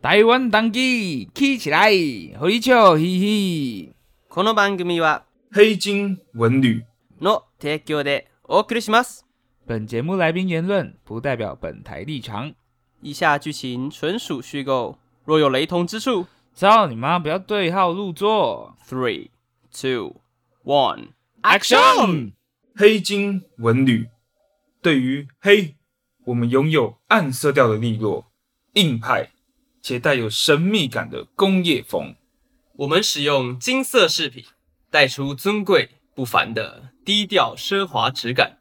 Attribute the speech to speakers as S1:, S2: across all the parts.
S1: 台湾当机起起来，和你笑嘻嘻。
S2: この番組は
S3: 黑金文旅。
S2: の提供でお送りします。
S1: 本节目来宾言论不代表本台立场。
S2: 以下剧情纯属虚构，若有雷同之处
S1: 操你妈！不要对号入座。
S2: ，three, two, one, action！
S1: Action！
S3: 黑金文旅，对于黑，我们拥有暗色调的利落、硬派且带有神秘感的工业风。
S4: 我们使用金色饰品，带出尊贵不凡的低调奢华质感。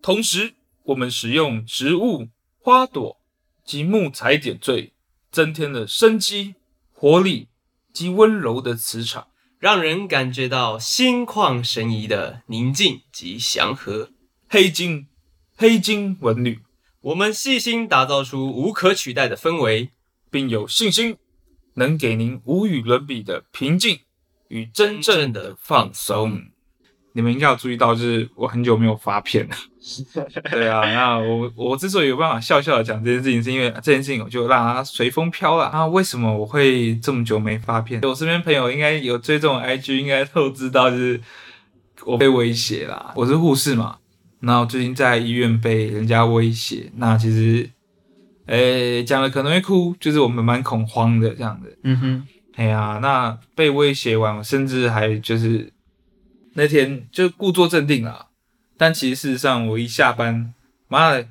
S3: 同时，我们使用植物、花朵及木材点缀，增添了生机、活力及温柔的磁场。
S4: 让人感觉到心旷神怡的宁静及祥和。
S3: 黑金，黑金文旅，
S4: 我们细心打造出无可取代的氛围。
S3: 并有信心能给您无与伦比的平静与真正的放松。嗯你们应该有注意到，就是我很久没有发片了。对啊，那我我之所以有办法笑笑的讲这件事情，是因为这件事情我就让它随风飘了。啊那为什么我会这么久没发片？我身边朋友应该有追踪我 IG，应该都知道，就是我被威胁啦。我是护士嘛，那我最近在医院被人家威胁，那其实诶，讲了可能会哭，就是我们蛮恐慌的这样子。
S2: 嗯哼，
S3: 哎呀、那被威胁完，我甚至还就是那天就故作镇定啦，但其实事实上我一下班，妈的，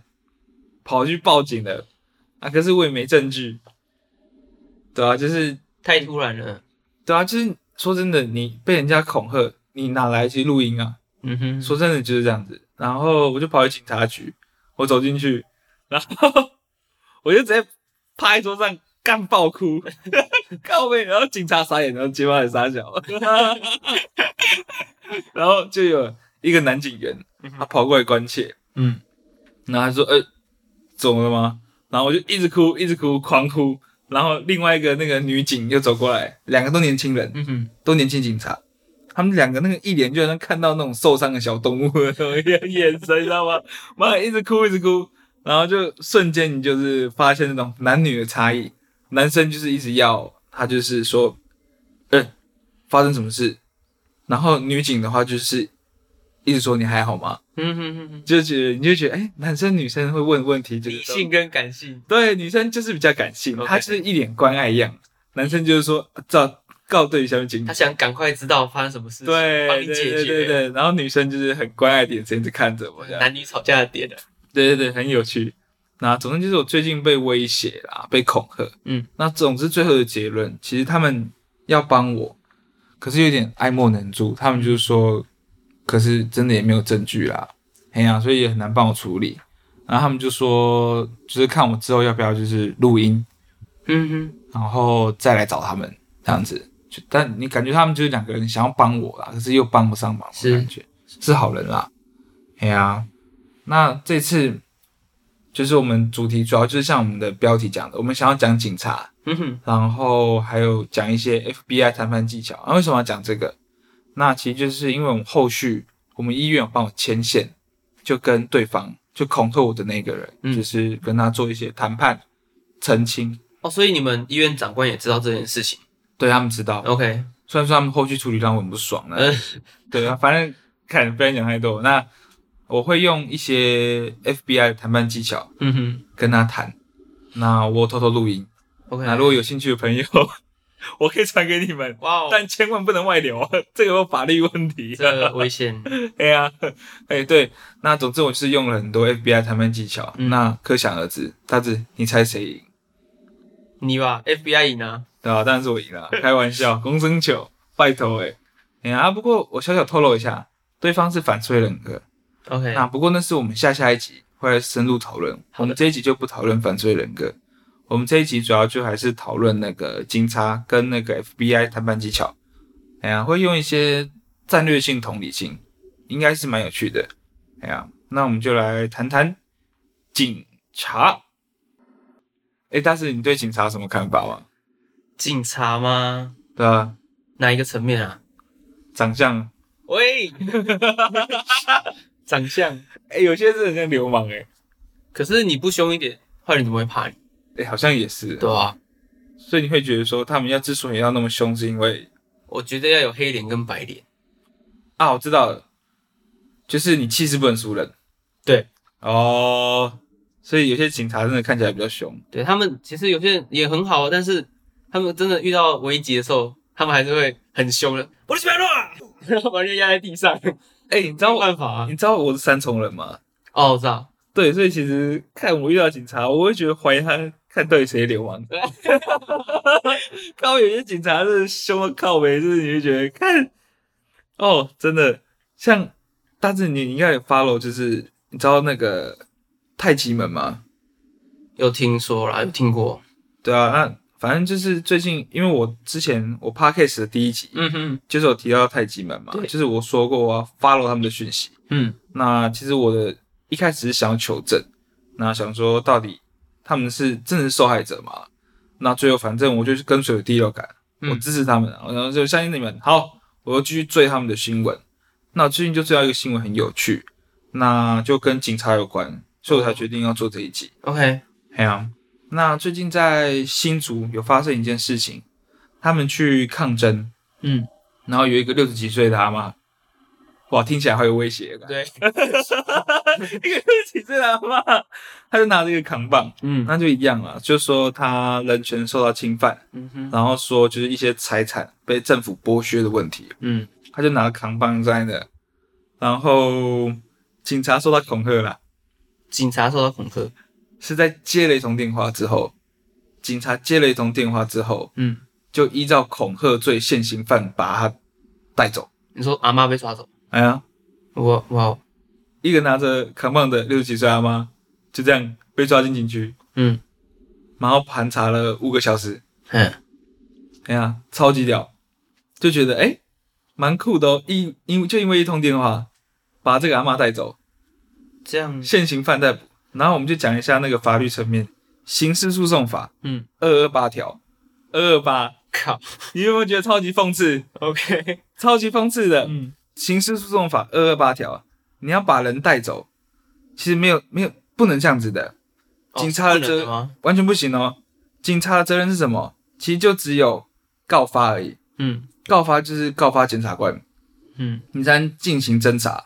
S3: 跑去报警了啊！可是我也没证据，对啊，就是
S4: 太突然了。
S3: 对啊，就是说真的，你被人家恐吓，你哪来去录音啊？
S4: 嗯哼，
S3: 说真的就是这样子。然后我就跑去警察局，我走进去，然后我就直接趴在桌上干爆哭， 靠背，然后警察傻眼，然后街坊也傻笑， 然后就有一个男警员，他跑过来关切，
S4: 嗯，
S3: 然后他说：“呃、怎么了吗？”然后我就一直哭，一直哭，狂哭。然后另外一个那个女警又走过来，两个都年轻人，
S4: 嗯哼，
S3: 都年轻警察，他们两个那个一脸就好像看到那种受伤的小动物的 那种眼神，你知道吗？妈，一直哭一直哭，然后就瞬间你就是发现那种男女的差异，男生就是一直要他就是说，嗯、发生什么事？然后女警的话就是一直说你还好吗？
S4: 嗯哼哼哼，
S3: 就觉得你就觉得哎、男生女生会问问题，就是
S4: 理性跟感性。
S3: 对，女生就是比较感性，
S4: OK
S3: 她就是一脸关爱样，男生就是说照告对一下面警察
S4: 他。想赶快知道发生什么事情，
S3: 对
S4: 帮你
S3: 对
S4: 解决。
S3: 对对对，然后女生就是很关爱的眼神一直看着我，这样
S4: 男女吵架的点。
S3: 对对对，很有趣。那总之就是我最近被威胁啦，被恐吓，
S4: 嗯，
S3: 那总之最后的结论，其实他们要帮我，可是有点爱莫能助，他们就是说，可是真的也没有证据啦，哎呀、所以也很难帮我处理。然后他们就说，就是看我之后要不要就是录音，
S4: 嗯哼，
S3: 然后再来找他们这样子。就但你感觉他们就是两个人想要帮我啦，可是又帮不上忙的
S4: 是
S3: 感觉，是好人啦。哎呀、那这次就是我们主题主要就是像我们的标题讲的，我们想要讲警察，
S4: 嗯哼，
S3: 然后还有讲一些 FBI 谈判技巧。那、啊为什么要讲这个？那其实就是因为我们后续我们医院有帮我牵线，就跟对方就恐吓我的那个人，
S4: 嗯
S3: 就是跟他做一些谈判澄清，
S4: 哦，所以你们医院长官也知道这件事情。
S3: 对他们知道。
S4: OK，
S3: 虽然说他们后续处理让我很不爽了，
S4: 嗯
S3: 对啊，反正看不然讲太多。那我会用一些 FBI 的谈判技巧
S4: 嗯哼
S3: 跟他谈。那我偷偷录音，
S4: ，OK。
S3: 那如果有兴趣的朋友， 我可以传给你们，
S4: 哇哦，
S3: 但千万不能外流 啊，这个有法律问题。
S4: 这 危险。
S3: 哎呀，哎对，那总之我是用了很多 FBI 谈判技巧，
S4: 嗯
S3: 那可想而知。大志，你猜谁赢？
S4: 你吧，FBI 赢啊。
S3: 对啊，当然是我赢 了，开玩笑，公生球，拜托哎、哎呀、啊不过我小小透露一下，对方是反吹人格。
S4: OK，
S3: 那不过那是我们下下一集会来深入讨论，
S4: 好的
S3: 我们这一集就不讨论反吹人格，我们这一集主要就还是讨论那个警察跟那个 FBI 谈判技巧。哎呀、会用一些战略性、同理心，应该是蛮有趣的。哎呀、那我们就来谈谈警察。哎，大师，你对警察有什么看法吗？
S4: 警察吗？
S3: 对啊，
S4: 哪一个层面啊？
S3: 长相
S4: 喂，长相。
S3: 哎、有些是很像流氓哎、
S4: 可是你不凶一点，坏人怎么会怕你？
S3: 哎、好像也是，
S4: 对啊，
S3: 所以你会觉得说，他们要之所以要那么凶，是因为
S4: 我觉得要有黑脸跟白脸。
S3: 啊，我知道了，就是你气势不能输人。
S4: 对，
S3: 哦，所以有些警察真的看起来比较凶，
S4: 对他们其实有些人也很好，啊但是他们真的遇到危急的时候，他们还是会很凶的。我的小白鹿， 然后把人压在地上，
S3: 哎、你知
S4: 没
S3: 道
S4: 有
S3: 我，
S4: 办法啊。
S3: 你知道我是三重人吗？
S4: 哦，我知道，
S3: 对，所以其实看我遇到警察，我会觉得怀疑他看到底谁流 氓。靠，有些警察是凶的靠背，就是你会觉得看，哦，真的像大志，你应该有 follow，就是你知道那个太极门吗？
S4: 有听说啦，有听过。
S3: 对啊，那反正就是最近，因为我之前我 podcast 的第一集
S4: 嗯哼，
S3: 就是有提到太极门嘛，
S4: 对
S3: 就是我说过我要 follow 他们的讯息。
S4: 嗯，
S3: 那其实我的一开始是想要求证，那想说到底他们是真的是受害者嘛？那最后反正我就是跟随我第六感，
S4: 嗯
S3: 我支持他们，啊然后就相信你们。好，我又继续追他们的新闻。那我最近就追到一个新闻很有趣，那就跟警察有关，所以我才决定要做这一集。
S4: OK，
S3: 哎呀、那最近在新竹有发生一件事情，他们去抗争，
S4: 嗯，
S3: 然后有一个六十几岁的阿妈，哇，听起来好有威胁感。
S4: 对，
S3: 一个六十几岁的阿妈，他就拿着一个扛棒，
S4: 嗯
S3: 那就一样了，就说他人权受到侵犯，
S4: 嗯哼，
S3: 然后说就是一些财产被政府剥削的问题，
S4: 嗯，
S3: 他就拿着扛棒在那，然后警察受到恐吓了。
S4: 警察受到恐吓。
S3: 是在接了一通电话之后，警察接了一通电话之后，
S4: 嗯，
S3: 就依照恐吓罪现行犯把他带走。
S4: 你说阿妈被抓走，
S3: 哎呀，
S4: 我哦我
S3: 一个拿着扛棒的六十几岁阿妈就这样被抓进警局，
S4: 嗯
S3: 然后盘查了五个小时。
S4: 嗯
S3: 哎呀，超级屌，就觉得哎，蛮酷的哦。因因就因为一通电话，把这个阿妈带走，
S4: 这样，
S3: 现行犯逮捕。然后我们就讲一下那个法律层面，刑事诉讼法
S4: 嗯，
S3: 二二八条，二二八
S4: 靠
S3: 你有没有觉得超级讽刺？
S4: ，OK，
S3: 超级讽刺的，
S4: 嗯
S3: 刑事诉讼法二二八条啊，你要把人带走，其实没有没有不能这样子的，
S4: 哦
S3: 警察的
S4: 不
S3: 责
S4: 能的吗？
S3: 完全不行哦。警察的责任是什么？其实就只有告发而已，
S4: 嗯
S3: 告发就是告发检察官，
S4: 嗯，
S3: 你才能进行侦查。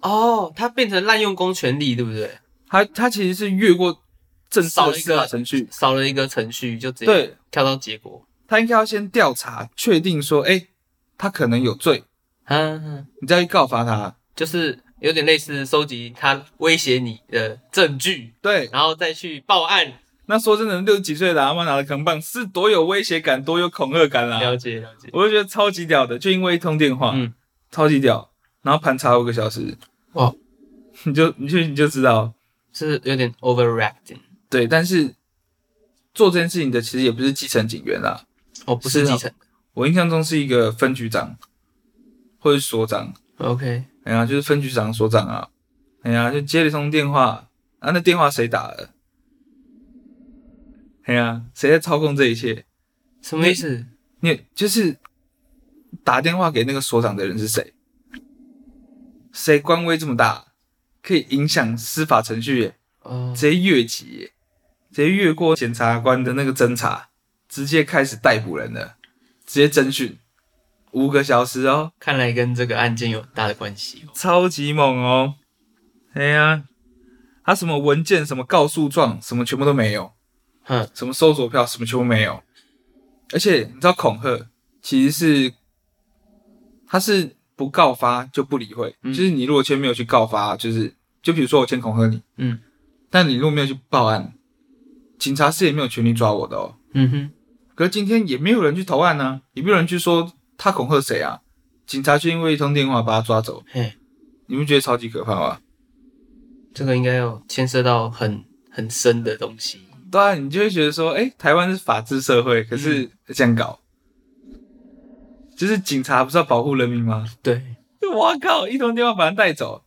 S4: 哦，他变成滥用公权力，对不对？
S3: 他他其实是越过正式
S4: 少
S3: 的
S4: 了一
S3: 司法
S4: 个
S3: 程序，
S4: 少了一个程序，就直接
S3: 对
S4: 跳到结果。
S3: 他应该要先调查，确定说，哎、他可能有罪，
S4: 嗯，
S3: 你再去告发他。
S4: 就是有点类似收集他威胁你的证据，
S3: 对，
S4: 然后再去报案。
S3: 那说真的，六十几岁的阿妈拿着扛棒是多有威胁感，多有恐吓感啦、
S4: 了解了解，
S3: 我就觉得超级屌的，就因为一通电话，
S4: 嗯
S3: 超级屌，然后盘查五个小时，
S4: 哇，
S3: 你就你就你就知道，
S4: 是有点 overreacting。
S3: 对，但是做这件事情的其实也不是基层警员啦，
S4: 哦，不是
S3: 是啊
S4: 继承。
S3: 我印象中是一个分局长或者是所长，
S4: OK，
S3: 哎呀，就是分局长、所长啊，哎呀，就接了一通电话，啊，那电话谁打的？哎呀，谁在操控这一切？
S4: 什么意思？
S3: 你就是打电话给那个所长的人是谁？谁官威这么大，可以影响司法程序耶，
S4: 哦，
S3: 直接越级耶，直接越过检察官的那个侦查，直接开始逮捕人了，直接侦讯五个小时哦，
S4: 看来跟这个案件有很大的关系哦。
S3: 超级猛哦！哎呀，他什么文件、什么告诉状、什么全部都没有，
S4: 哼，
S3: 什么搜索票什么全部没有。而且你知道恐吓其实是，他是不告发就不理会，就是你如果先没有去告发，就是就比如说我先恐吓你，
S4: 嗯，
S3: 但你如果没有去报案，警察是也没有权利抓我的哦。
S4: 嗯哼，
S3: 可是今天也没有人去投案呢、啊也没有人去说他恐吓谁啊，警察就因为一通电话把他抓走，
S4: 嘿，
S3: 你们觉得超级可怕吗？
S4: 这个应该要牵涉到很很深的东西。
S3: 对啊，你就会觉得说，哎、台湾是法治社会，可是这样搞，就是警察不是要保护人民吗？
S4: 对，
S3: 我靠，一通电话把他带走，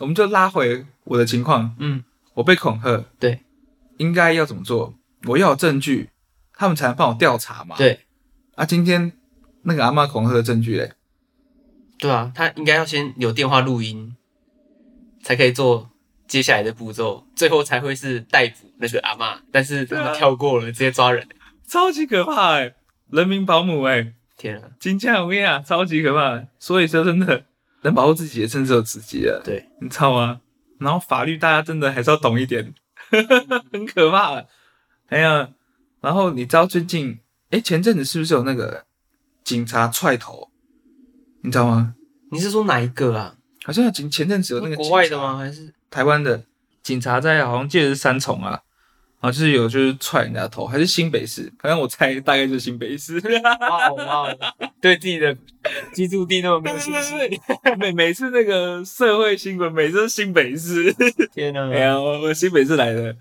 S3: 我们就拉回我的情况，
S4: 嗯，
S3: 我被恐吓，
S4: 对，
S3: 应该要怎么做？我要有证据，他们才能帮我调查嘛。
S4: 对，
S3: 啊，今天那个阿嬷恐吓的证据嘞，
S4: 对啊，他应该要先有电话录音，才可以做接下来的步骤，最后才会是逮捕那个阿嬷。但是他
S3: 对
S4: 们
S3: 啊
S4: 跳过了，直接抓人。
S3: 超级可怕哎、人民保姆哎、
S4: 天啊，
S3: 金价我跟你讲，超级可怕的。所以说真的，能保护自己的，甚至有自己的，
S4: 对，
S3: 你知道吗？然后法律大家真的还是要懂一点， 很可怕的。哎呀，然后你知道最近，哎，前阵子是不是有那个警察踹头？你知道吗？
S4: 你是说哪一个啊？
S3: 好像前前阵子有那个
S4: 国外的
S3: 警察
S4: 吗？还是
S3: 台湾的警察在好像记得是三重啊，啊，就是有就是踹人家头，还是新北市，反正我猜大概就是新北市。
S4: 哇哦哇哦，对自己的居住地那么没有信心，
S3: 对对对，每每次那个社会新闻，每次都新北市，
S4: 天啊哪、
S3: 哎呀，我我新北市来的，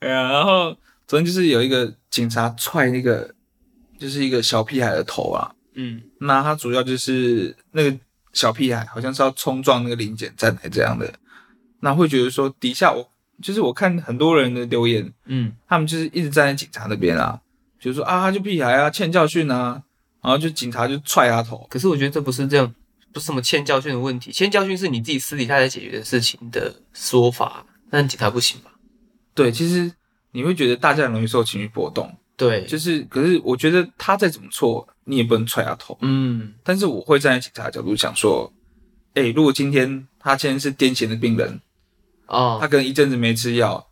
S3: 哎呀，然后昨天就是有一个警察踹那个，就是一个小屁孩的头啊，
S4: 嗯，
S3: 那他主要就是那个小屁孩好像是要冲撞那个临检站台这样的，那会觉得说底下我就是我看很多人的留言，
S4: 嗯，
S3: 他们就是一直站在警察那边啊，就说啊他就屁孩啊，欠教训啊，然后就警察就踹他头，
S4: 可是我觉得这不是这样，不是什么欠教训的问题，欠教训是你自己私底下在解决的事情的说法，但警察不行吧？
S3: 对，其实你会觉得大家很容易受情绪波动，
S4: 对，
S3: 就是可是我觉得他再怎么错，你也不能踹他头。
S4: 嗯，
S3: 但是我会站在警察的角度想说，哎、如果今天他今天是癫痫的病人，
S4: 哦，
S3: 他可能一阵子没吃药，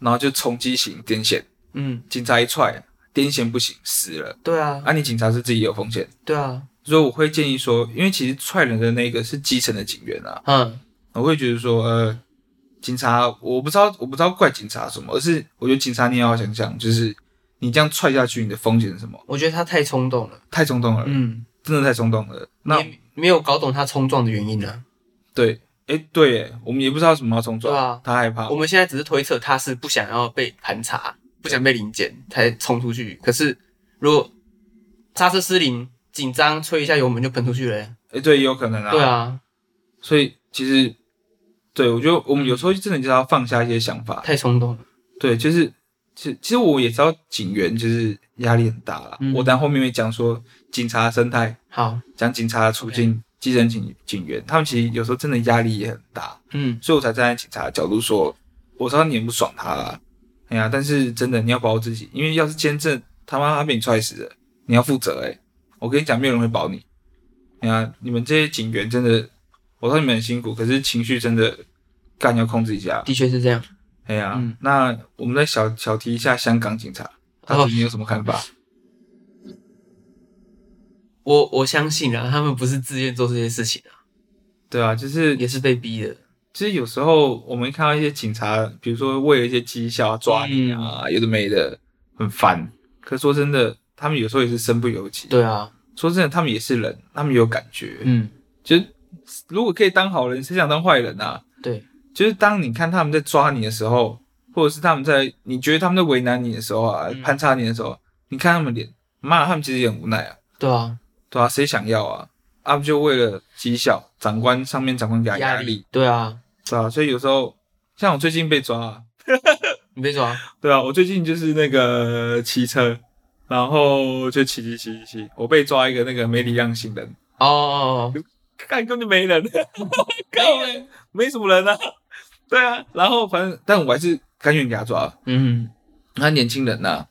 S3: 然后就冲击型癫痫，
S4: 嗯，
S3: 警察一踹，癫痫不行死了，
S4: 对啊，
S3: 啊，你警察是自己有风险。
S4: 对啊，
S3: 所以我会建议说，因为其实踹人的那个是基层的警员啊，
S4: 嗯，
S3: 我会觉得说，呃，警察，我不知道，我不知道怪警察什么，而是我觉得警察你也要想想，就是你这样踹下去，你的风险是什么？
S4: 我觉得他太冲动了，
S3: 太冲动了，
S4: 嗯，
S3: 真的太冲动了。那
S4: 你也没有搞懂他冲撞的原因啊。
S3: 对，哎，对耶，我们也不知道什么要冲撞，
S4: 对啊
S3: 他害怕
S4: 我，们现在只是推测他是不想要被盘查，不想被临检才冲出去。可是如果刹车失灵，紧张吹一下油门就喷出去了、
S3: 哎，对，也有可能啊。
S4: 对，啊，
S3: 所以其实，对我觉得我们有时候真的就是要放下一些想法，
S4: 太冲动了。
S3: 对，就是，其其实我也知道警员就是压力很大啦。
S4: 嗯
S3: 我等下后面会讲说警察的生态，
S4: 好，
S3: 讲警察的处境，基层警警员，他们其实有时候真的压力也很大，
S4: 嗯，
S3: 所以我才站在警察的角度说，我知道你很不爽他啦，哎呀，但是真的你要保护自己，因为要是监证他妈他被你踹死了，你要负责哎、我跟你讲，没有人会保你，哎呀，你们这些警员真的，我知道你们很辛苦，可是情绪真的干要控制一下，
S4: 的确是这样。
S3: 哎呀，
S4: 嗯
S3: 那我们再小小提一下香港警察，到
S4: 哦
S3: 底你有什么看法？
S4: 我我相信啊，他们不是自愿做这些事情啊，
S3: 对啊，就是
S4: 也是被逼的。
S3: 其实有时候我们看到一些警察，比如说为了一些绩效抓你啊，
S4: 嗯
S3: 有的没的，很烦。可说真的，他们有时候也是身不由己。
S4: 对啊，
S3: 说真的，他们也是人，他们也有感觉。
S4: 嗯，
S3: 就是如果可以当好人，谁想当坏人啊？
S4: 对，
S3: 就是当你看他们在抓你的时候，或者是他们在你觉得他们在为难你的时候啊，
S4: 嗯
S3: 攀插你的时候，你看他们脸，妈，他们其实也很无奈啊，
S4: 对啊，
S3: 对啊，谁想要啊？啊，不就为了绩效，长官上面长官给他压力，，
S4: 对啊，
S3: 对啊，所以有时候像我最近被抓、啊，
S4: 你被抓，
S3: 对啊，我最近就是那个骑车，然后就骑骑骑骑骑，我被抓一个那个没礼让行人，
S4: 哦哦哦，哦
S3: 看根本就没 人，没没什么人啊，对啊，然后反正但我还是甘愿给他抓，
S4: 嗯，
S3: 他年轻人呐、啊，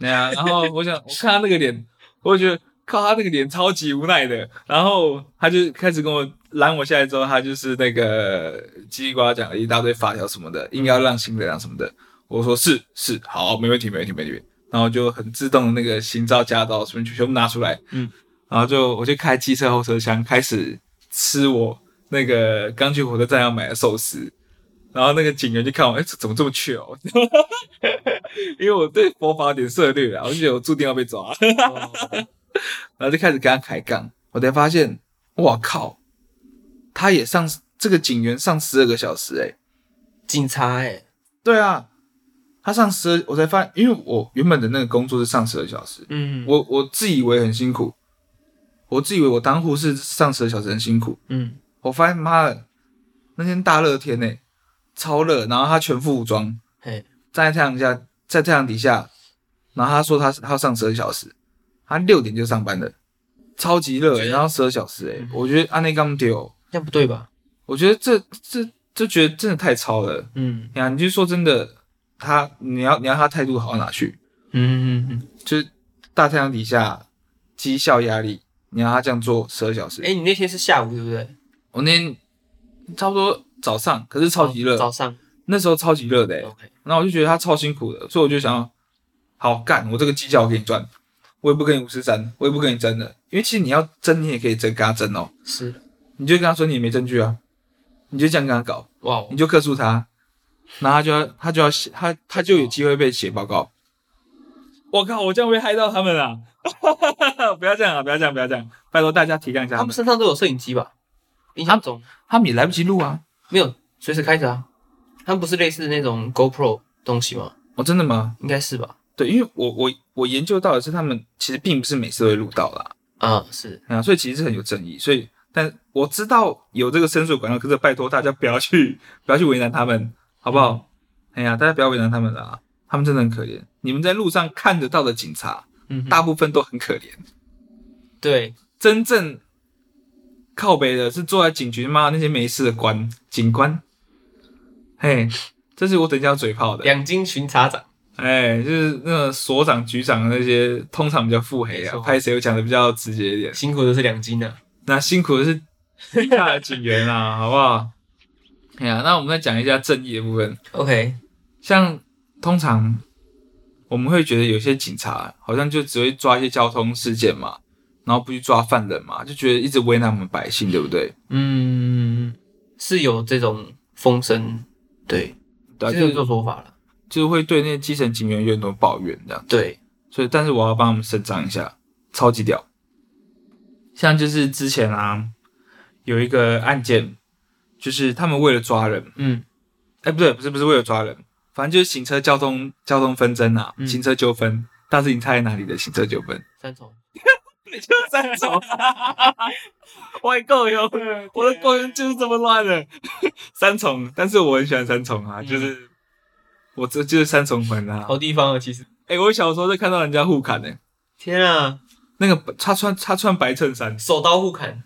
S3: 对啊，然后我想我看他那个脸，我就觉得靠他那个脸超级无奈的，然后他就开始跟我拦我下来之后，他就是那个叽里呱啦讲了一大堆法条什么的，应该要让行人啊什么的，我说是是好，没问题没问题没问题，然后就很自动的那个行照驾照什么全部拿出来，
S4: 嗯，
S3: 然后就我就开机车后车厢开始吃我那个刚去火车站要买的寿司。然后那个警员就看我，哎，这怎么这么缺哦？因为我对佛法有点涉略啊，我就觉得我注定要被抓，
S4: 哦
S3: 然后就开始跟他抬杠。我才发现，哇靠，他也上这个警员上十二个小时诶、欸
S4: 警察哎、
S3: 对啊，他上十二，我才发现，因为我原本的那个工作是上十二小时，
S4: 嗯，
S3: 我我自以为很辛苦，我自以为我当护士上十二小时很辛苦，
S4: 嗯，
S3: 我发现妈的，那天大热天诶、超热，然后他全副武装，
S4: 嘿，
S3: 站在太阳下，在太阳底下，然后他说他他要上十二小时，他六点就上班了，超级热、
S4: 觉
S3: 欸，
S4: 得
S3: 然后十二小时、欸，
S4: 嗯
S3: 我觉得安内刚丢，
S4: 这样不对吧？
S3: 我觉得这这这觉得真的太超了。
S4: 嗯
S3: 呀，你就说真的，他你要你要他态度好到哪去？
S4: 嗯嗯嗯，嗯
S3: 就是大太阳底下绩效压力，你让他这样做十二小时。
S4: 哎、你那天是下午对不对？
S3: 我那天差不多早上，可是超级热，
S4: 哦早上
S3: 那时候超级热的、欸，
S4: OK，
S3: 然后我就觉得他超辛苦的，所以我就想要，好干，我这个绩效我给你赚，我也不跟你五十三，我也不跟你争了，因为其实你要争，你也可以争，跟他争哦，
S4: 是
S3: 你就跟他说你也没证据啊，你就这样跟他搞，
S4: 哇哦，
S3: 你就克诉他，然后他就要他就要写他他就有机会被写报告。我靠，我这样会害到他们啊！ 不要这样啊！不要这样，不要这样！拜托大家体谅一下
S4: 他
S3: 他
S4: 们
S3: 们，
S4: 身上都有摄影机吧？印象中
S3: 他们也来不及录啊！
S4: 没有，随时开着啊。他们不是类似那种 GoPro 东西吗？
S3: 哦，真的吗？
S4: 应该是吧？
S3: 对，因为我我我研究到的是，他们其实并不是每次都会录到啦。
S4: 啊，是
S3: 啊，所以其实是很有争议。所以，但我知道有这个申诉管道，可是拜托大家不要去不要去为难他们，好不好？哎呀，大家不要为难他们了啊！他们真的很可怜。你们在路上看得到的警察，
S4: 嗯哼
S3: 大部分都很可怜。
S4: 对，
S3: 真正靠北的是坐在警局骂那些没事的官警官。嘿，这是我等一下要嘴炮的。
S4: 两金巡查长，
S3: 哎，就是那个所长、局长那些，通常比较腹黑
S4: 没
S3: 啊，
S4: 错
S3: 拍谁又讲的比较直接一点。
S4: 辛苦的是两金啊。
S3: 那辛苦的是啊地下的警员啦，好不好？哎呀，那我们再讲一下正义的部分。
S4: OK，
S3: 像通常我们会觉得有些警察好像就只会抓一些交通事件嘛，然后不去抓犯人嘛，就觉得一直为难我们百姓，对不对？
S4: 嗯，是有这种风声，对，
S3: 对、啊，
S4: 是
S3: 就
S4: 有
S3: 是
S4: 这种说法了。
S3: 就是会对那些基层警员有很多抱怨这样。
S4: 对，
S3: 所以，但是我要帮他们伸张一下，超级屌。像就是之前啊，有一个案件，就是他们为了抓人，
S4: 嗯，
S3: 哎，不对，不是不是为了抓人，反正就是行车交通交通纷争啊，
S4: 嗯
S3: 行车纠纷。大志，你猜哪里的行车纠纷？
S4: 三重
S3: 三重， 外购有，我的购员就是这么乱的。 三重，但是我很喜欢三重啊，就是、我这就是三重魂啊。
S4: 好地方啊，其实。
S3: 哎、我小时候就看到人家互砍呢、
S4: 天啊，
S3: 那个他穿他穿白衬衫
S4: 手刀互砍，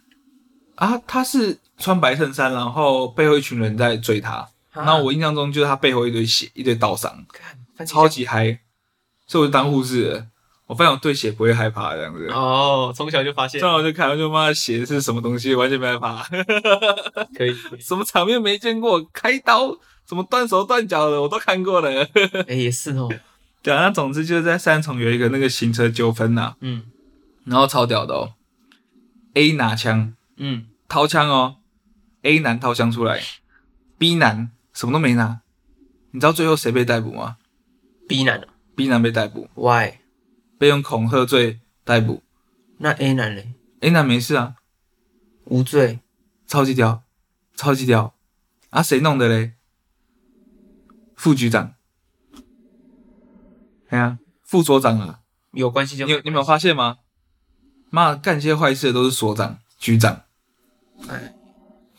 S3: 啊，他是穿白衬衫，然后背后一群人在追他。
S4: 啊
S3: 然后我印象中就是他背后一堆血，一堆刀伤。
S4: 看番茄
S3: 超
S4: 酱
S3: 级嗨，所以我就当护士了。我发现我对血不会害怕这样子，
S4: 哦，从小就发现
S3: 正好就看我就妈血是什么东西，完全没害怕，
S4: 可以，
S3: 什么场面没见过，开刀什么断手断脚的我都看过了。
S4: 哎、也是哦，
S3: 对啊，那总之就是在三重有一个那个行车纠纷呐，
S4: 嗯
S3: 然后超屌的哦，A 拿枪
S4: 嗯，
S3: 掏枪哦，A 男掏枪出来，B 男什么都没拿，你知道最后谁被逮捕吗
S4: 逼男啊
S3: ？B 男被逮捕，
S4: ，Why？
S3: 被用恐吓罪逮捕。
S4: 那 A 男嘞，
S3: A 男没事啊，
S4: 无罪，
S3: 超级屌，超级屌啊！谁弄的嘞？副局长，哎呀、副所长啊！
S4: 有关系就
S3: 你有你有没有
S4: 关
S3: 发现吗？妈，干些坏事的都是所长、局长。
S4: 哎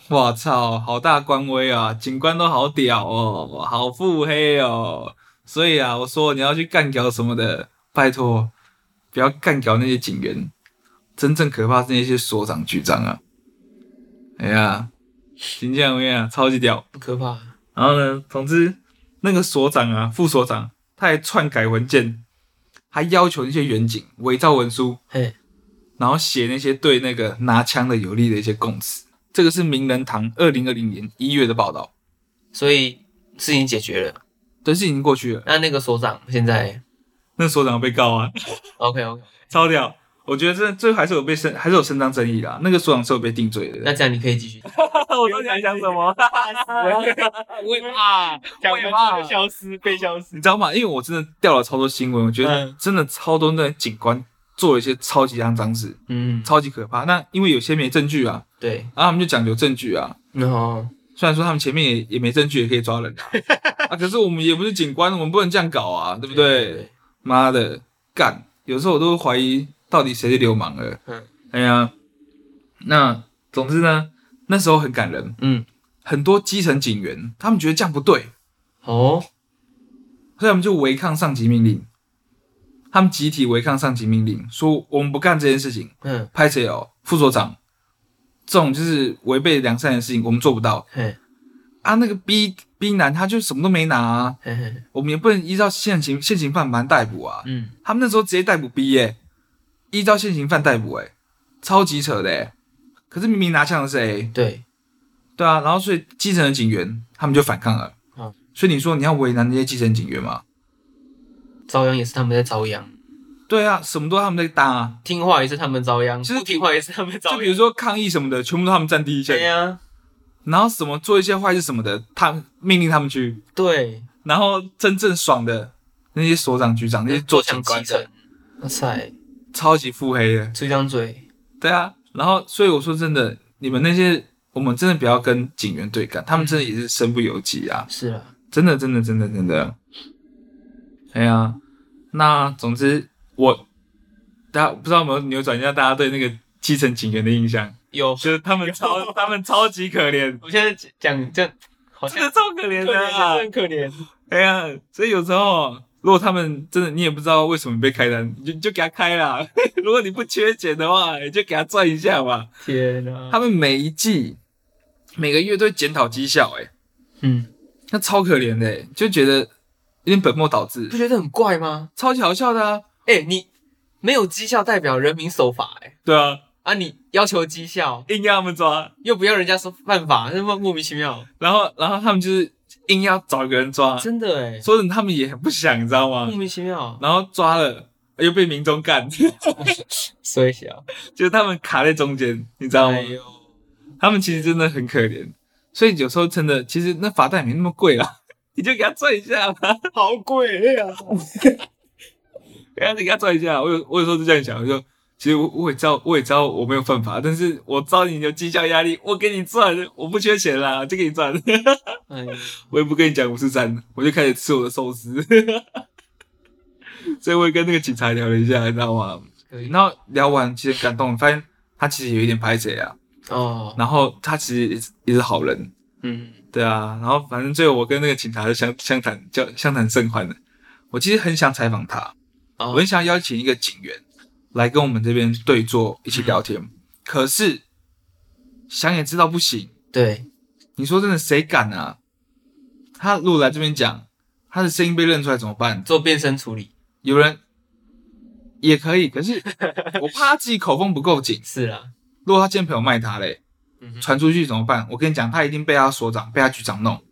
S3: 我操，好大官威啊！警官都好屌哦，好腹黑哦。所以啊，我说你要去干掉什么的，拜托，不要干掉那些警员。真正可怕是那些所长、局长啊！哎呀，形象威啊，超级屌。
S4: 系不可怕，
S3: 然后呢，总之那个所长啊，副所长，他还篡改文件，还要求那些远警伪造文书，
S4: 嘿，
S3: 然后写那些对那个拿枪的有利的一些供词。这个是名人堂二零二零年一月的报道，
S4: 所以事情解决了。
S3: 但是已经过去了。
S4: 那那个所长现在
S3: 那所长被告啊，
S4: OK OK，
S3: 超屌！我觉得这最后还是有被伸，还是有伸张正义啦。那个所长是有被定罪
S4: 那
S3: 的。
S4: 这样你可以继续。
S3: 我到底想讲什么？
S1: 我也怕，我也怕。
S4: 消失，被消失。
S3: 你知道吗？因为我真的掉了超多新闻，我觉得
S4: 嗯
S3: 真的超多那种警官做了一些超级肮脏事，
S4: 嗯，
S3: 超级可怕。那因为有些没证据啊，
S4: 对，
S3: 啊，他们就讲究证据啊。
S4: 然后
S3: 虽然说他们前面也也没证据，也可以抓人啊 啊，可是我们也不是警官，我们不能这样搞啊，对不对？
S4: 对
S3: 妈的，干！有时候我都会怀疑到底谁是流氓了。
S4: 嗯
S3: 哎呀，那总之呢，那时候很感人，
S4: 嗯，
S3: 很多基层警员他们觉得这样不对，
S4: 哦，
S3: 所以他们就违抗上级命令，他们集体违抗上级命令，说我们不干这件事情。
S4: 嗯
S3: 拍谁哦，副所长，这种就是违背良善的事情，我们做不到。
S4: 嘿，
S3: 啊，那个 B B 男他就什么都没拿、啊，
S4: 嘿嗯嘿
S3: 我们也不能依照现行现行犯把他逮捕啊。
S1: 嗯，
S3: 他们那时候直接逮捕 B 耶、依照现行犯逮捕、欸，超级扯的、欸。可是明明拿枪的是 A，
S4: 对，
S3: 对啊，然后所以基层的警员他们就反抗了。
S4: 嗯
S3: 所以你说你要为难那些基层警员吗？
S4: 遭殃也是他们在遭殃，
S3: 对啊，什么都他们在搭、啊，
S4: 听话也是他们遭殃，
S3: 其实
S4: 不听话也是他们
S3: 就
S4: 遭殃。
S3: 比如说抗议什么的，全部都他们站第一线
S4: 对。哎啊呀，
S3: 然后什么做一些坏事什么的，他命令他们去。
S4: 对，
S3: 然后真正爽的那些所长、局长那些做
S4: 强
S3: 警
S4: 基
S3: 官
S4: 层
S3: 的，，
S4: 哇塞，
S3: 超级腹黑的。
S4: 出一张嘴，
S3: 对啊，然后所以我说真的，你们那些我们真的不要跟警员对干，他们真的也是身不由己啊，
S4: 是啊，
S3: 真的真的真的真的。哎呀，那总之我大家不知道有没有扭转一下大家对那个基层警员的印象，
S4: 有。
S3: 就是他们超他们超级可怜，
S4: 我现在讲这样，好
S3: 真的
S4: 像
S3: 超可怜
S4: 可
S3: 的、啊
S4: 怜，。很可怜。
S3: 哎呀，所以有时候如果他们真的你也不知道为什么被开单，你就你就给他开啦。 如果你不缺钱的话，你就给他赚一下嘛。
S4: 天啊！
S3: 他们每一季每个月都会检讨绩效、哎，
S4: 嗯，
S3: 那超可怜的、哎就觉得有点本末倒置
S4: 不，觉得很怪吗？
S3: 超级好笑的啊。
S4: 哎、你没有绩效代表人民守法、哎
S3: 对啊，
S4: 啊，你要求绩效，
S3: 硬要他们抓，
S4: 又不要人家说犯法，那么莫名其妙，
S3: 然后然后他们就是硬要找一个人抓，
S4: 啊真嗯的哎、
S3: 说真的他们也很不想，你知道吗
S4: 莫？名其妙，
S3: 然后抓了又被民众干，
S4: 所以小，
S3: 就是他们卡在中间，你知道吗？
S4: 哎呦，
S3: 他们其实真的很可怜，所以有时候真的，其实那罚单也没那么贵啦， 你就给他赚一下吧，
S4: 好啊贵呀、
S3: 给他给他赚一下。我有我有时候就这样想，我就其实我我也知道我也知道我没有犯法，但是我知道你有绩效压力，我给你赚，我不缺钱啦，就给你赚。
S4: 哎呦，
S3: 我也不跟你讲五十三，我就开始吃我的寿司。 所以我也跟那个警察聊了一下，你知道吗？
S4: 可以
S3: 然后聊完其实感动，发现他其实有一点拍谁啊，
S4: 哦，
S3: 然后他其实也是也是好人，
S4: 嗯，
S3: 对啊，然后反正最后我跟那个警察就相相谈交相谈甚欢的。我其实很想采访他，
S4: 哦
S3: 我很想邀请一个警员来跟我们这边对坐，一起聊天。可是想也知道不行，
S4: 对，
S3: 你说真的谁敢啊？他如果来这边讲，他的声音被认出来怎么办？
S4: 做变身处理
S3: 有人也可以，可是我怕他自己口风不够紧。
S4: 是啦，
S3: 如果他今天朋友卖他嘞，
S4: 嗯哼，
S3: 传出去怎么办？我跟你讲，他一定被他所长、被他局长弄。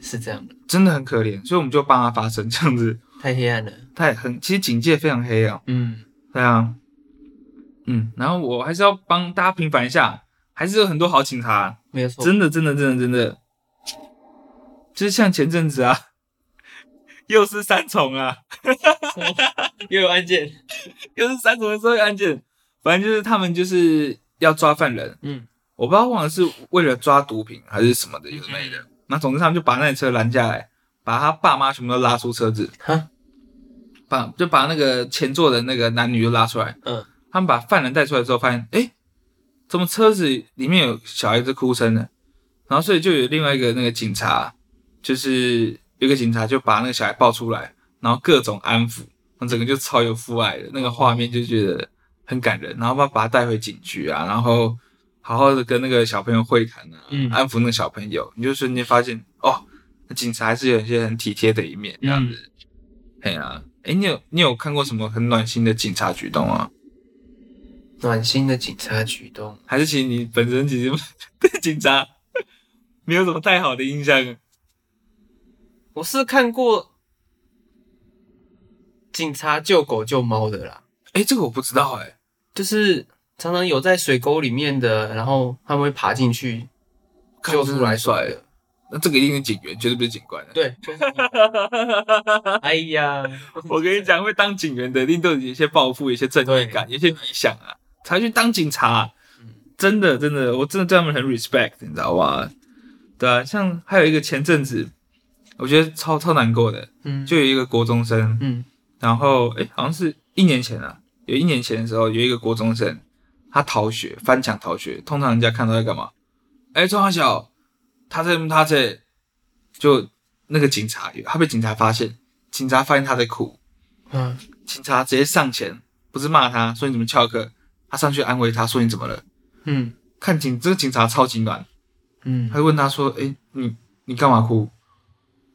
S4: 是这样的，
S3: 真的很可怜，所以我们就帮他发声，这样子，
S4: 太黑暗了，
S3: 他也很，其实警戒非常黑啊，
S4: 嗯，
S3: 对啊，嗯，然后我还是要帮大家平反一下，还是有很多好警察，啊
S4: 没有错，
S3: 真的，真的，真的，真的，就是像前阵子啊， 又是三重啊，
S4: 又有案件，
S3: 又是三重的社会案件，反正就是他们就是要抓犯人，
S4: 嗯，
S3: 我不知道忘了是为了抓毒品还是什么的，有的没
S4: 嗯
S3: 的，那总之他们就把那台车拦下来，把他爸妈全部都拉出车子，
S4: 哈，
S3: 把就把那个前座的那个男女就拉出来，
S4: 嗯，
S3: 他们把犯人带出来之后，发现哎，诶怎么车子里面有小孩子哭声呢？然后所以就有另外一个那个警察，就是有一个警察就把那个小孩抱出来，然后各种安抚，那整个就超有父爱的那个画面，就觉得很感人。然后把把他带回警局啊，然后好好的跟那个小朋友会谈啊，
S4: 嗯
S3: 安抚那个小朋友，你就瞬间发现哦，那警察还是有一些很体贴的一面，这
S4: 嗯
S3: 样子。哎呀、啊，哎、你有你有看过什么很暖心的警察举动啊？
S4: 暖心的警察举动，
S3: 还是其实你本身其实 对警察没有什么太好的印象？
S4: 我是看过警察救狗救猫的啦，
S3: 哎、这个我不知道哎、
S4: 就是常常有在水沟里面的，然后他们会爬进去
S3: 看
S4: 救出来
S3: 真的很帅
S4: 的。
S3: 那这个一定是警员，绝对不是警官、
S4: 对， 哎呀，
S3: 我跟你讲，会当警员的一定都有一些抱负、有一些正义感、有一些理想啊，才去当警察、啊真的，真的，我真的对他们很 respect，你知道吧？对啊，像还有一个前阵子，我觉得超超难过的，
S4: 嗯，
S3: 就有一个国中生，
S4: 嗯
S3: 然后诶，好像是一年前啊，有一年前的时候，有一个国中生，他逃学，翻墙逃学。通常人家看到在干嘛？诶，钟华小，他在他在，就那个警察，他被警察发现，警察发现他在哭，
S4: 嗯，
S3: 警察直接上前，不是骂他，说你怎么翘课？他上去安慰他，说你怎么了？
S4: 嗯
S3: 看警这个警察超级暖，
S4: 嗯
S3: 他就问他说，诶，你你干嘛哭？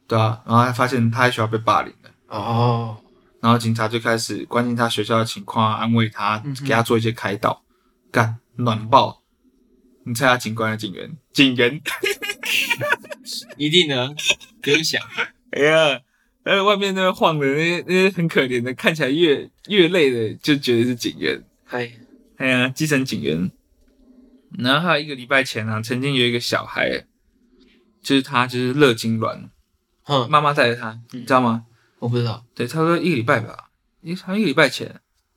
S3: 对啊，然后他发现他还学校被霸凌了，
S4: 哦，
S3: 然后警察就开始关心他学校的情况啊，安慰他
S4: 嗯，哼
S3: 给他做一些开导，干暖爆！你猜他警官的警员？警员？
S4: 一定的，不用想。
S3: 哎呀，呃，外面那边晃的那些那些很可怜的，看起来越越累的，就觉得是警员。
S4: 哎，
S3: 哎呀，基层警员。然后还有一个礼拜前啊，曾经有一个小孩，就是他就是热痉挛，
S4: 哼，
S3: 妈妈带着他，你知道吗？
S4: 我不知道。
S3: 对，差不多一个礼拜吧，一好像一个礼拜前，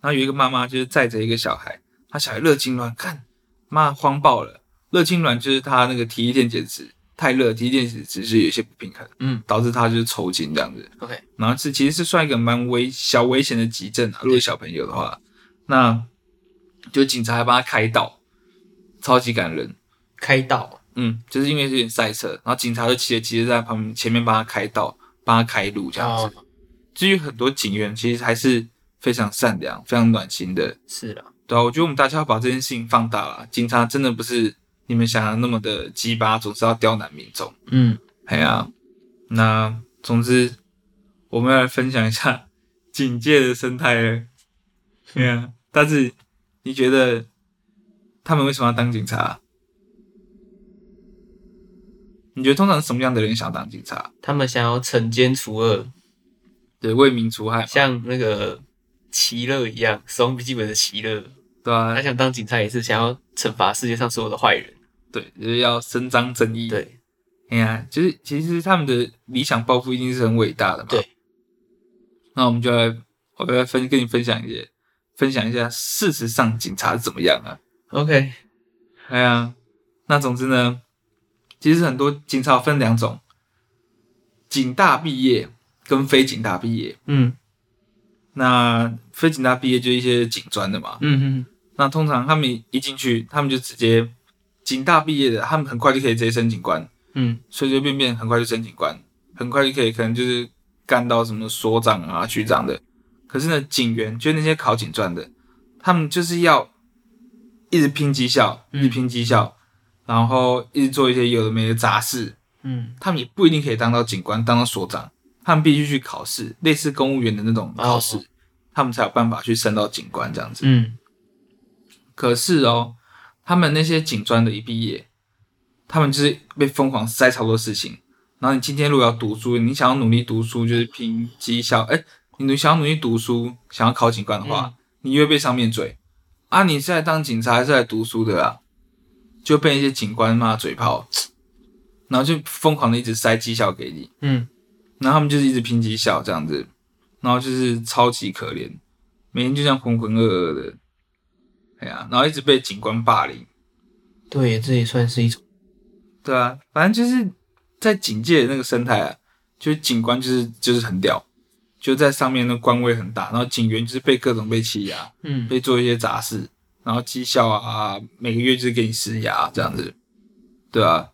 S3: 然后有一个妈妈就是载着一个小孩，他小孩热痉挛，看妈慌爆了。热痉挛就是他那个体液电解质太热，体液电解质是有一些不平衡，
S4: 嗯，
S3: 导致他就是抽筋这样子。
S4: OK，
S3: 然后是其实是算一个蛮危小危险的急症啊，如果是小朋友的话，那就警察还帮他开道，超级感人。
S4: 开道。
S3: 嗯，就是因为有点塞车，然后警察就骑着骑着在他旁边前面帮他开道，帮他开路这样子。
S4: 哦，
S3: 至于很多警员，其实还是非常善良、非常暖心的。
S4: 是了，
S3: 对啊，我觉得我们大家要把这件事情放大了。警察真的不是你们想的那么的鸡巴，总是要刁难民众。
S4: 嗯，
S3: 哎呀、那总之我们要来分享一下警戒的生态了。对啊，但是你觉得他们为什么要当警察？你觉得通常什么样的人想要当警察？
S4: 他们想要惩奸除恶，
S3: 对，为民除害嘛，
S4: 像那个奇乐一样，《死亡笔记本》的奇乐，
S3: 对啊
S4: 他，想当警察也是想要惩罚世界上所有的坏人。
S3: 对，就是要伸张正义。
S4: 对，
S3: 哎呀，就是其实他们的理想抱负一定是很伟大的嘛。
S4: 对。
S3: 那我们就来，我来分跟你分享一些，分享一下事实上警察是怎么样啊？
S4: OK，
S3: 哎呀，那总之呢，其实很多警察分两种，警大毕业跟非警大毕业。
S4: 嗯
S3: 那非警大毕业就是一些警专的嘛。
S4: 嗯嗯，
S3: 那通常他们一进去，他们就直接警大毕业的，他们很快就可以直接升警官。
S4: 嗯，
S3: 随随便便很快就升警官，很快就可以可能就是干到什么所长啊、局长的。可是呢，警员就那些考警专的，他们就是要一直拼绩效，
S4: 嗯
S3: 一直拼绩效，然后一直做一些有的没的杂事。
S4: 嗯，
S3: 他们也不一定可以当到警官、当到所长，他们必须去考试，类似公务员的那种考试，
S4: 哦
S3: 他们才有办法去升到警官这样子。
S4: 嗯，
S3: 可是哦，他们那些警专的一毕业，他们就是被疯狂塞超多事情。然后你今天如果要读书，你想要努力读书，就是拼绩效。哎，你想要努力读书，想要考警官的话，你又会被上面嘴啊！你是来当警察还是来读书的啊？就被一些警官骂嘴炮，然后就疯狂的一直塞绩效给你。
S4: 嗯，
S3: 然后他们就是一直拼绩效这样子，然后就是超级可怜，每天就这样浑浑噩噩的。哎呀、然后一直被警官霸凌。
S4: 对，这也算是一种。
S3: 对啊，反正就是在警界的那个生态啊，就是警官就是就是很屌，就在上面的官位很大，然后警员就是被各种被欺压，
S4: 嗯
S3: 被做一些杂事，然后绩效啊，每个月就是给你施压这样子，对啊，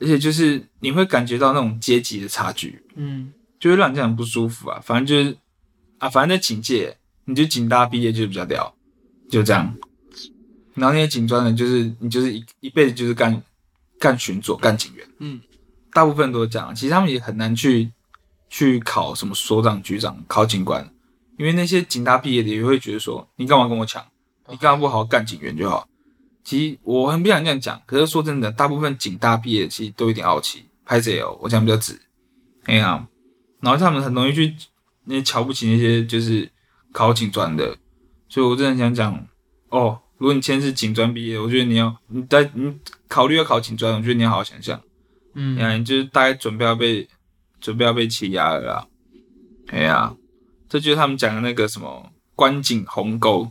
S3: 而且就是你会感觉到那种阶级的差距，
S4: 嗯，
S3: 就会让人家很不舒服啊。反正就是啊，反正在警界，你就警大毕业就是比较屌，就这样。然后那些警专的，就是你就是一一辈子就是干干巡佐、干警员，
S4: 嗯，
S3: 大部分都是这样。啊其实他们也很难去去考什么所长、局长、考警官，因为那些警大毕业的也会觉得说，你干嘛跟我抢？你干嘛不好好干警员就好？其实我很不想这样讲，可是说真的，大部分警大毕业的其实都有点傲气，拍谁哦，我讲比较直，哎呀、然后他们很容易去那些瞧不起那些就是考警专的，所以我真的很想讲哦，如果你现在是警专毕业，我觉得你要你在你考虑要考警专，我觉得你要好好想想，
S4: 嗯
S3: 呀、你就是大概准备要被准备要被欺压了啦，哎呀、这就是他们讲的那个什么观景鸿沟。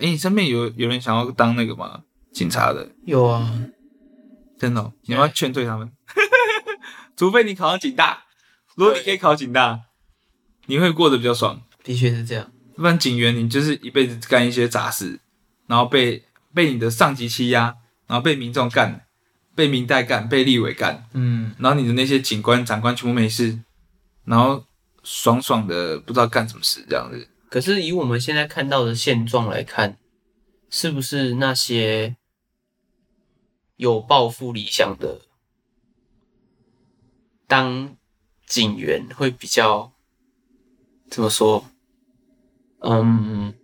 S3: 哎，你身边有有人想要当那个吗？警察的，
S4: 有啊，
S3: 真的哦、你要不要劝退他们， 除非你考上警大，如果你可以考警大，你会过得比较爽。
S4: 的确是这样。
S3: 不然警员你就是一辈子干一些杂事，然后被被你的上级欺压，然后被民众干，被民代干，被立委干，
S4: 嗯，
S3: 然后你的那些警官长官全部没事，然后爽爽的不知道干什么事这样子。
S4: 可是以我们现在看到的现状来看，是不是那些有抱负理想的当警员会比较怎么说？嗯，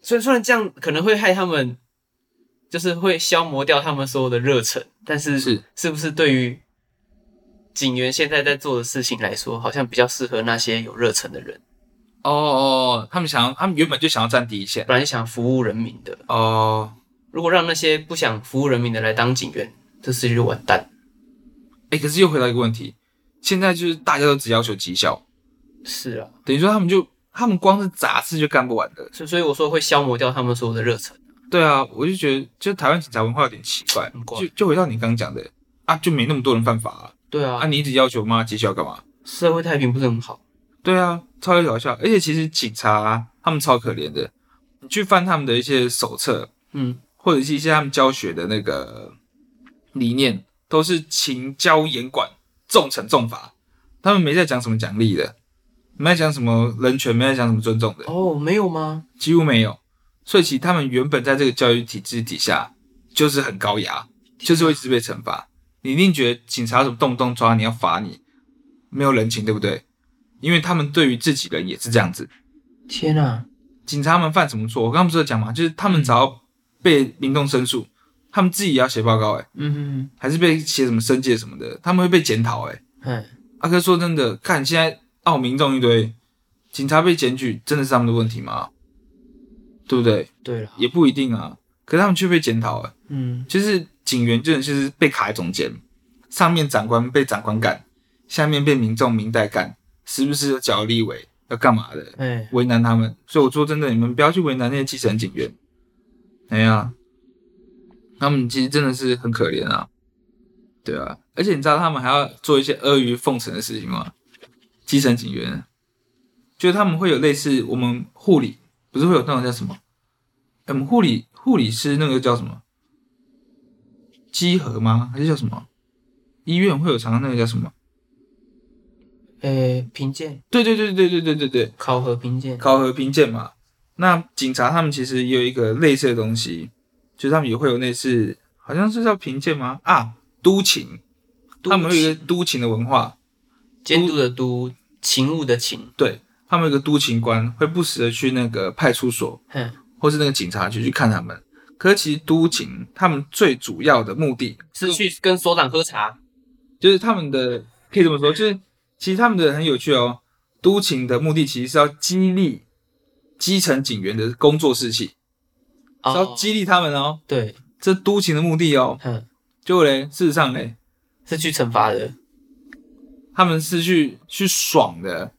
S4: 虽然虽然这样可能会害他们，就是会消磨掉他们所有的热忱，但是
S3: 是
S4: 是不是对于警员现在在做的事情来说，好像比较适合那些有热忱的人，
S3: 哦哦，他们想要，他们原本就想要站第一线。
S4: 本来想服务人民的，
S3: 哦，
S4: 如果让那些不想服务人民的来当警员，这世界就完蛋。
S3: 哎，可是又回到一个问题，现在就是大家都只要求绩效，
S4: 是啊，
S3: 等于说他们就他们光是杂事就干不完的。
S4: 所以所以我说会消磨掉他们所有的热忱。
S3: 对啊，我就觉得，就台湾警察文化有点奇怪
S4: 很，怪
S3: 就就回到你刚刚讲的啊，就没那么多人犯法啊，
S4: 对啊，
S3: 啊你一直要求妈绩效干嘛？
S4: 社会太平不是很好。
S3: 对啊，超级搞笑。而且其实警察、他们超可怜的，你去翻他们的一些手册，
S4: 嗯，
S3: 或者是一些他们教学的那个理念，都是勤教严管，重惩重罚。他们没在讲什么奖励的，没在讲什么人权，没在讲什么尊重的，
S4: 哦，没有吗？
S3: 几乎没有。所以其实他们原本在这个教育体制底下，就是很高压，就是会一直被惩罚。你一定觉得警察怎么动不动抓你要罚你，没有人情，对不对？因为他们对于自己人也是这样子。
S4: 天啊！
S3: 警察们犯什么错？我刚刚不是有讲嘛，就是他们只要被民众申诉，他们自己也要写报告、欸，
S4: 嗯，
S3: 还是被写什么申诫什么的，他们会被检讨、欸，哎。
S4: 哎，
S3: 阿哥说真的，看现在澳民众一堆，警察被检举，真的是他们的问题吗？对不对？
S4: 对了，
S3: 也不一定啊。可是他们却被检讨，哎，
S4: 嗯，
S3: 就是警员真的就是被卡在中间，上面长官被长官干，下面被民众民代干，时不时有角立委要干嘛的，
S4: 哎，
S3: 为难他们。所以我说真的，你们不要去为难那些基层警员。哎呀，他们其实真的是很可怜啊，对啊。而且你知道他们还要做一些阿谀奉承的事情吗？基层警员，就是他们会有类似我们护理，不是会有那种叫什么？哎我们护理护理师那个叫什么？稽核吗？还是叫什么？医院会有常常那个叫什么？
S4: 哎，评鉴，
S3: 对对对对对对对对，
S4: 考核评鉴，
S3: 考核评鉴嘛。那警察他们其实也有一个类似的东西，就是他们也会有类似，好像是叫评鉴吗？啊，督勤，
S4: 督勤
S3: 他们有一个督勤的文化，
S4: 监督的督，勤务的勤，
S3: 对他们有一个督勤官会不时的去那个派出所
S4: 哼，
S3: 或是那个警察局去看他们。可是其实督勤他们最主要的目的
S4: 是去跟所长喝茶。
S3: 就是他们的可以这么说，就是其实他们的很有趣哦。督勤的目的其实是要激励基层警员的工作士气，是要
S4: 哦，
S3: 激励他们哦。
S4: 对，
S3: 这督勤的目的哦，
S4: 哼，
S3: 就嘞，事实上嘞，
S4: 是去惩罚的。
S3: 他们是去去爽的，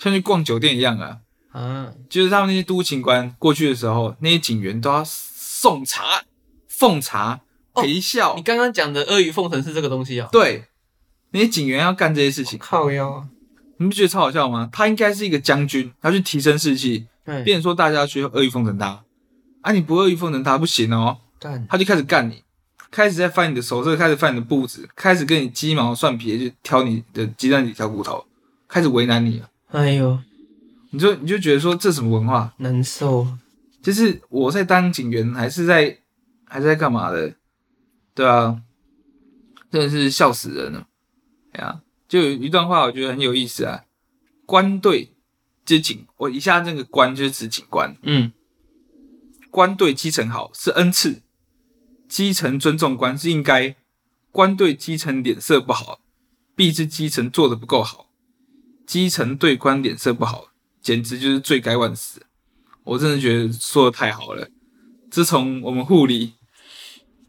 S3: 像去逛酒店一样啊。
S4: 啊，
S3: 就是他们那些督勤官过去的时候，那些警员都要送茶、奉茶、
S4: 哦
S3: 陪笑，
S4: 你刚刚讲的阿谀奉承是这个东西啊？
S3: 对，那些警员要干这些事情，
S4: 靠腰，
S3: 你不觉得超好笑吗？他应该是一个将军，他去提升士气，
S4: 哎，
S3: 变成说大家去阿谀奉承他。啊，你不阿谀奉承他不行哦，
S4: 干，
S3: 他就开始干你，开始在翻你的手册，开始翻你的步子，开始跟你鸡毛蒜皮地去挑你的鸡蛋里挑骨头，开始为难你了。
S4: 哎呦，
S3: 你就你就觉得说这什么文化？
S4: 难受。
S3: 就是我在当警员，还是在还是在干嘛的？对啊，真的是笑死人了。哎呀、就有一段话我觉得很有意思啊，官队就是警，我一下那个官就是指警官，
S4: 嗯，
S3: 官对基层好是恩赐，基层尊重官是应该；官对基层脸色不好，必是基层做的不够好；基层对官脸色不好，简直就是罪该万死。我真的觉得说的太好了。自从我们护理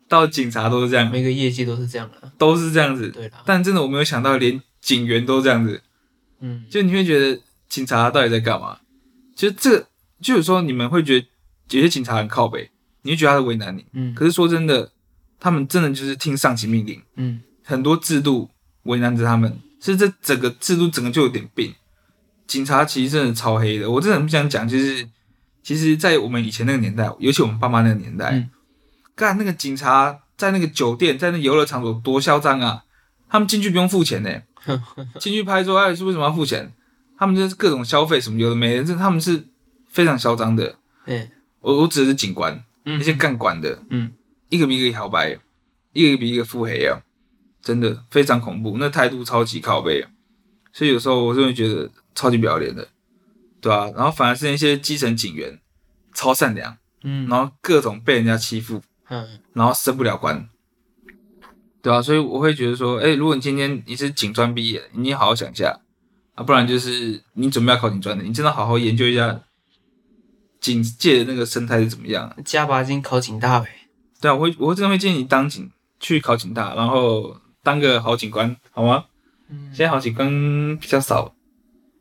S3: 到警察都是这样，
S4: 每个业绩都是这样的。
S3: 都是这样子。
S4: 对啦，
S3: 但真的我没有想到，连警员都这样子。
S4: 嗯，
S3: 就你会觉得警察到底在干嘛？就这个，就有时候你们会觉得有些警察很靠北，你会觉得他在为难你。
S4: 嗯
S3: 可是说真的，他们真的就是听上级命令，
S4: 嗯，
S3: 很多制度为难着他们，是这整个制度整个就有点病。警察其实真的超黑的，我真的很不想讲，就是其实，在我们以前那个年代，尤其我们爸妈那个年代，
S4: 嗯
S3: 干那个警察在那个酒店、在那游乐场所多嚣张啊！他们进去不用付钱呢、进去拍桌，哎，是为什么要付钱？他们就是各种消费什么有的没的，这他们是非常嚣张的。
S4: 哎，
S3: 我我指的是警官，
S4: 嗯
S3: 那些干管的，
S4: 嗯，
S3: 一个比一个摇摆，一个比一个腹黑啊。真的非常恐怖，那态度超级靠背啊。所以有时候我真的觉得超级不要脸的，对啊，然后反而是那些基层警员超善良，
S2: 嗯
S3: 然后各种被人家欺负，
S4: 嗯，
S3: 然后升不了官，对啊，所以我会觉得说，哎、如果你今天你是警专毕业的，你好好想一下啊，不然就是你准备要考警专的，你真的好好研究一下警界的那个生态是怎么样啊、
S4: 加把劲考警大呗，
S3: 对啊，我会我会真的会建议你当警去考警大，然后当个好警官，好吗？
S4: 嗯
S3: 现在好警官比较少，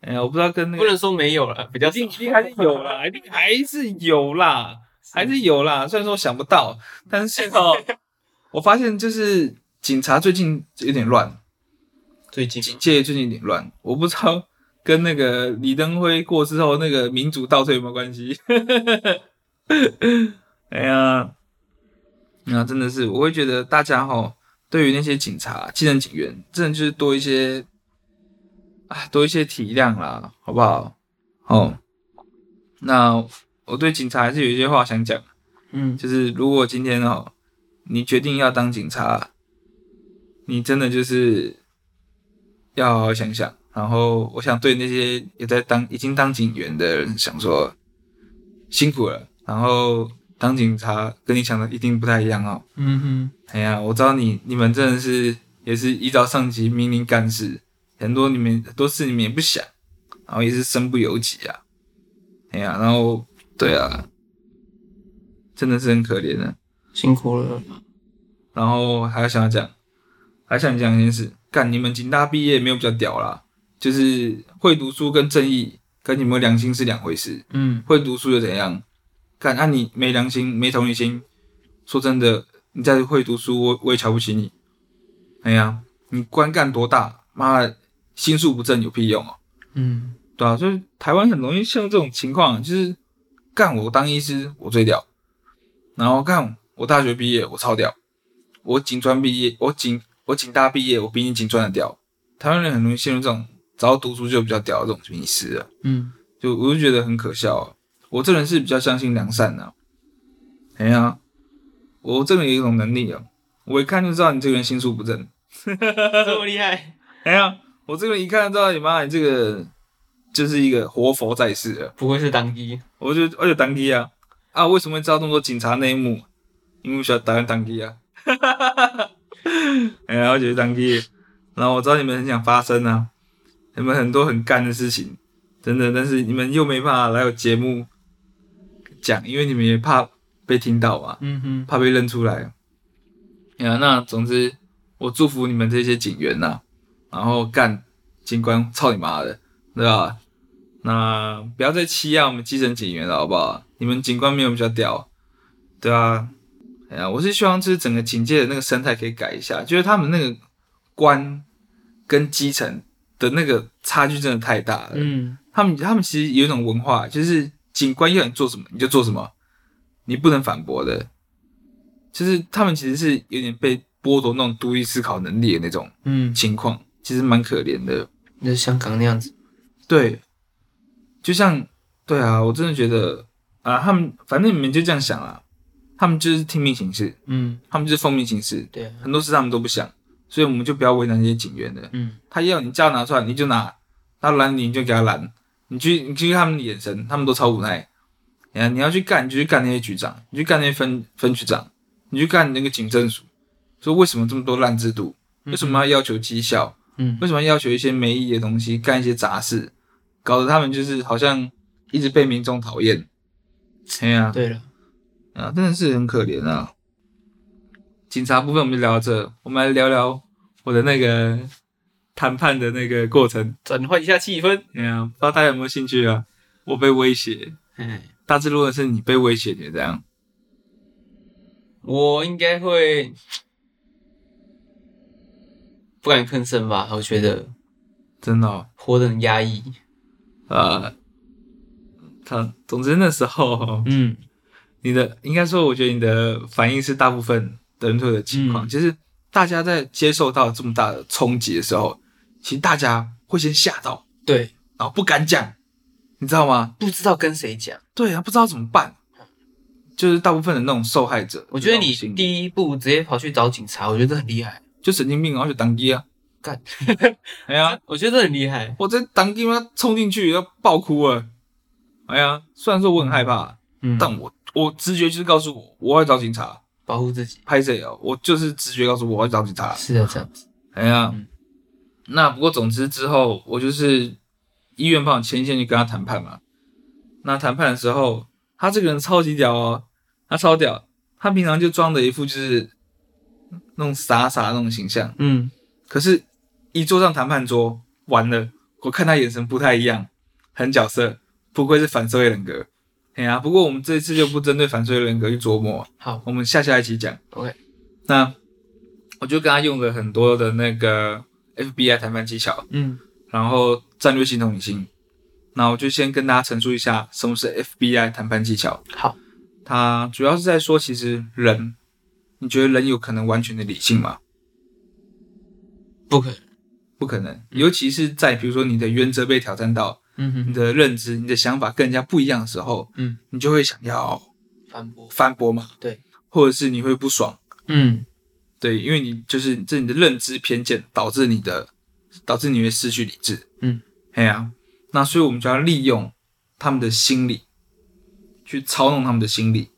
S3: 哎、呀，我不知道跟那
S4: 不
S3: 个
S4: 能说没有了，比较
S3: 一定一定还是有啦，一定还是有啦，还是有啦。虽然说想不到，但是现在我发现就是警察最近有点乱，
S4: 最近
S3: 警界最近有点乱，我不知道跟那个李登辉过之后那个民主倒退有没有关系。 哎呀，那真的是，我会觉得大家哈，对于那些警察、基层警员，真的就是多一些啊，多一些体谅啦，好不好？哦，那我对警察还是有一些话想讲，
S2: 嗯，
S3: 就是如果今天哦，你决定要当警察，你真的就是要好好想想。然后，我想对那些也在当已经当警员的人想说，辛苦了。然后当警察跟你想的一定不太一样哦。
S2: 嗯哼，
S3: 哎呀，我知道你你们真的是也是依照上级命令干事，很多你们很多事你们也不想，然后也是身不由己啊。哎呀，然后对啊，真的是很可怜的、
S4: 辛苦了，
S3: 然后还要想要讲，还想讲一件事，干你们警大毕业没有比较屌啦，就是会读书跟正义跟你们良心是两回事。
S2: 嗯
S3: 会读书又怎样？干，那、你没良心，没同理心，说真的，你再会读书，我我也瞧不起你。哎呀，你官干多大，妈的，心术不正有屁用哦，
S2: 嗯
S3: 对啊，所以台湾很容易陷入这种情况，就是干我当医师我最屌，然后干我大学毕业我超屌，我警专毕业，我警我警大毕业我比你警专的屌。台湾人很容易陷入这种只要读书就比较屌的这种迷失啊。
S2: 嗯
S3: 就我就觉得很可笑、啊。我这人是比较相信良善的、啊，哎呀、我这个人有一种能力啊，我一看就知道你这个人心术不正。
S4: 这么厉害，
S3: 哎呀、我这个人一看就知道你妈你这个就是一个活佛在世啊。
S4: 不愧是当一，
S3: 我就我就当机啊啊！为什么会知道这么多警察内幕？因为我喜欢打当机啊。 哎呀，我觉得当机，然后我知道你们很想发声啊，你们很多很干的事情，真的，但是你们又没办法来我节目讲，因为你们也怕被听到嘛，
S2: 嗯哼，
S3: 怕被认出来。哎呀，那总之我祝福你们这些警员呐、然后干警官，操你妈的，对吧？那不要再欺压我们基层警员了，好不好？你们警官没有比较屌，对啊。哎呀，我是希望就是整个警界的那个生态可以改一下，就是他们那个官跟基层的那个差距真的太大了。
S2: 嗯
S3: 他们他们其实有一种文化，就是警官要你做什么你就做什么，你不能反驳的。就是他们其实是有点被剥夺那种独立思考能力的那种
S2: 嗯
S3: 情况，其实蛮可怜的。
S4: 就是香港那样子，
S3: 对，就像对啊，我真的觉得啊，他们反正你们就这样想啊，他们就是听命行事，
S2: 嗯
S3: 他们就是奉命行事，
S4: 对啊，
S3: 很多事他们都不想，所以我们就不要为难这些警员了。
S2: 嗯
S3: 他要你叫拿出来你就拿，他拦你你就给他拦，你去你去看他们的眼神，他们都超无奈。你看你要去干你就去干那些局长，你去干那些分分局长，你去干那个警政署。说为什么这么多烂制度？
S4: 嗯
S3: 为什么要要求绩效？
S2: 嗯
S3: 为什么要求一些没意义的东西，干一些杂事，搞得他们就是好像一直被民众讨厌。哎呀、
S4: 对了，
S3: 啊，真的是很可怜啊。警察部分我们就聊到这，我们来聊聊我的那个谈判的那个过程。
S4: 转换一下气氛，
S3: 哎呀、不知道大家有没有兴趣啊？我被威胁，
S4: 嗯，
S3: 大致如果是你被威胁，你会怎样？
S4: 我应该会不敢吭声吧？我觉得
S3: 真的、哦，
S4: 活得很压抑，
S3: 呃，他总之那时候
S2: 嗯
S3: 你的应该说，我觉得你的反应是大部分的人会有的情况，
S2: 嗯
S3: 就是大家在接受到这么大的冲击的时候，其实大家会先吓到，
S4: 对，
S3: 然后不敢讲，你知道吗？
S4: 不知道跟谁讲。
S3: 对啊，不知道怎么办，就是大部分的那种受害者，
S4: 我觉得
S3: 那
S4: 你
S3: 种心理
S4: 第一步直接跑去找警察，我觉得很厉害。
S3: 就神经病，然后就当机啊，
S4: 干，
S3: 哎呀、
S4: 我觉得这很厉害。
S3: 我这当机妈冲进去要爆哭了，哎呀，虽然说我很害怕，啊
S4: 嗯，
S3: 但我我直觉就是告诉我我要找警察，
S4: 保护自己
S3: 拍谁啊？我就是直觉告诉我我要找警察，
S4: 是的，这样子。
S3: 哎呀，
S4: 嗯
S3: 那不过总之之后，我就是医院帮我牵线去跟他谈判嘛。那谈判的时候，他这个人超级屌哦，他超屌，他平常就装的一副就是那种傻傻的那种形象，
S4: 嗯，
S3: 可是，一坐上谈判桌，完了，我看他眼神不太一样，很角色，不愧是反社会人格。哎呀、不过我们这一次就不针对反社会人格去琢磨，
S4: 好，
S3: 我们下下一期讲。
S4: OK
S3: 那我就跟他用了很多的那个 FBI 谈判技巧，
S4: 嗯，
S3: 然后战略性同理心。那我就先跟大家陈述一下什么是 FBI 谈判技巧。
S4: 好，
S3: 它主要是在说，其实人，你觉得人有可能完全的理性吗？
S4: 不可能。
S3: 不可能，尤其是在比如说你的原则被挑战到，
S4: 嗯
S3: 你
S4: 哼，
S3: 的认知、你的想法跟人家不一样的时候，
S4: 嗯，
S3: 你就会想要
S4: 反驳。
S3: 反驳嘛，
S4: 对，
S3: 或者是你会不爽，
S4: 嗯，
S3: 对，因为你就是这是你的认知偏见导致你的，导致你会失去理智，
S4: 嗯，
S3: 哎呀、那所以我们就要利用他们的心理，去操弄他们的心理，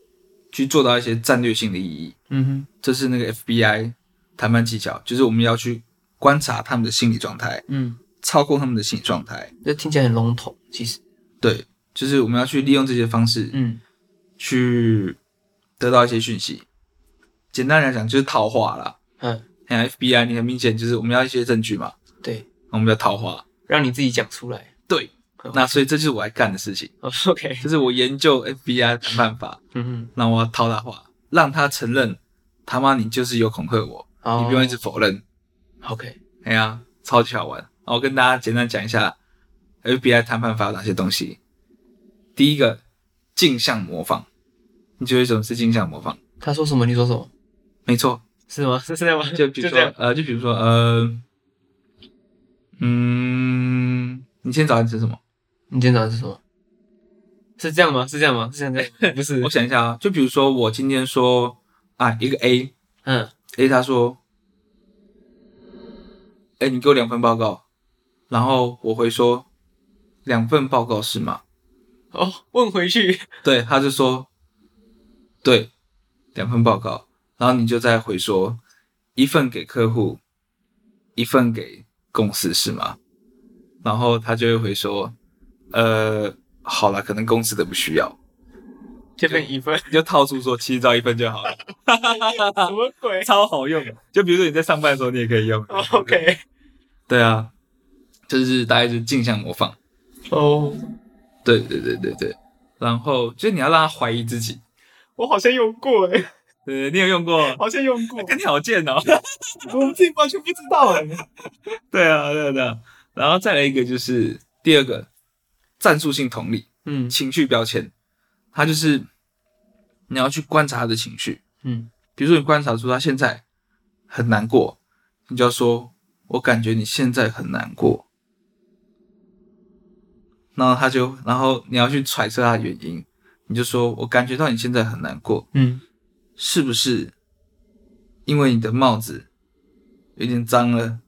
S3: 去做到一些战略性的意义，
S4: 嗯
S3: 这是那个 FBI 谈判技巧，就是我们要去观察他们的心理状态，
S4: 哼，嗯，
S3: 操控他们的心理状态。
S4: 这听起来很笼统，其实。
S3: 对，就是我们要去利用这些方式
S4: 嗯，
S3: 去得到一些讯息。简单来讲，就是套话啦。
S4: 嗯，
S3: 像 FBI，你很明显就是我们要一些证据嘛，
S4: 对，
S3: 我们要套话。
S4: 让你自己讲出来。嗯
S3: 对，那所以这就是我来干的事情，
S4: 哦 OK，
S3: 就是我研究 FBI 谈判法，
S4: 嗯
S3: 那我要套他话，让他承认他妈你就是有恐吓我，
S4: 哼，
S3: 你不用一直否认。
S4: 哦 OK，
S3: 哎呀，超级好玩。那我跟大家简单讲一下 FBI 谈判法有哪些东西。第一个，镜像模仿。你觉得什么是镜像模仿？
S4: 他说什么你说什么，
S3: 没错，
S4: 是吗？ 是这样吗？
S3: 就比如
S4: 这
S3: 说
S4: 样，
S3: 呃，就比如说呃，嗯，你今天早上吃什么？
S4: 你今天早上吃什么？是这样吗？是这样吗？是这样这样？ 不是
S3: 我，想一下啊，就比如说我今天说啊，一个 A，A
S4: 嗯，
S3: 他说，哎、你给我两份报告，然后我回说，两份报告是吗？
S4: 哦，问回 去，
S3: 对，他就说，对，两份报告，然后你就再回说，一份给客户，一份给公司是吗？然后他就会回说，呃，好了，可能公司的不需要，
S4: 这份一份，
S3: 你就套出说七招一份就好了，
S4: 什么鬼
S3: 超好用的。就比如说你在上班的时候，你也可以用。
S4: 哦？OK，
S3: 对啊，就是大概就是镜像模仿。
S4: 哦，
S3: 对对对对对，然后就是你要让他怀疑自己。
S4: 我好像用过哎，
S3: 对，你有用过？
S4: 好像用 过，
S3: 跟你好贱哦。
S4: 我自己完全不知道哎。
S3: 对啊，对啊，对啊。然后再来一个就是第二个，战术性同理，
S4: 嗯
S3: 情绪标签，它就是你要去观察他的情绪。
S4: 嗯，
S3: 比如说你观察出他现在很难过，你就要说：“我感觉你现在很难过。”然后他就，然后你要去揣测他的原因，你就说：“我感觉到你现在很难过，
S4: 嗯，
S3: 是不是因为你的帽子有点脏了，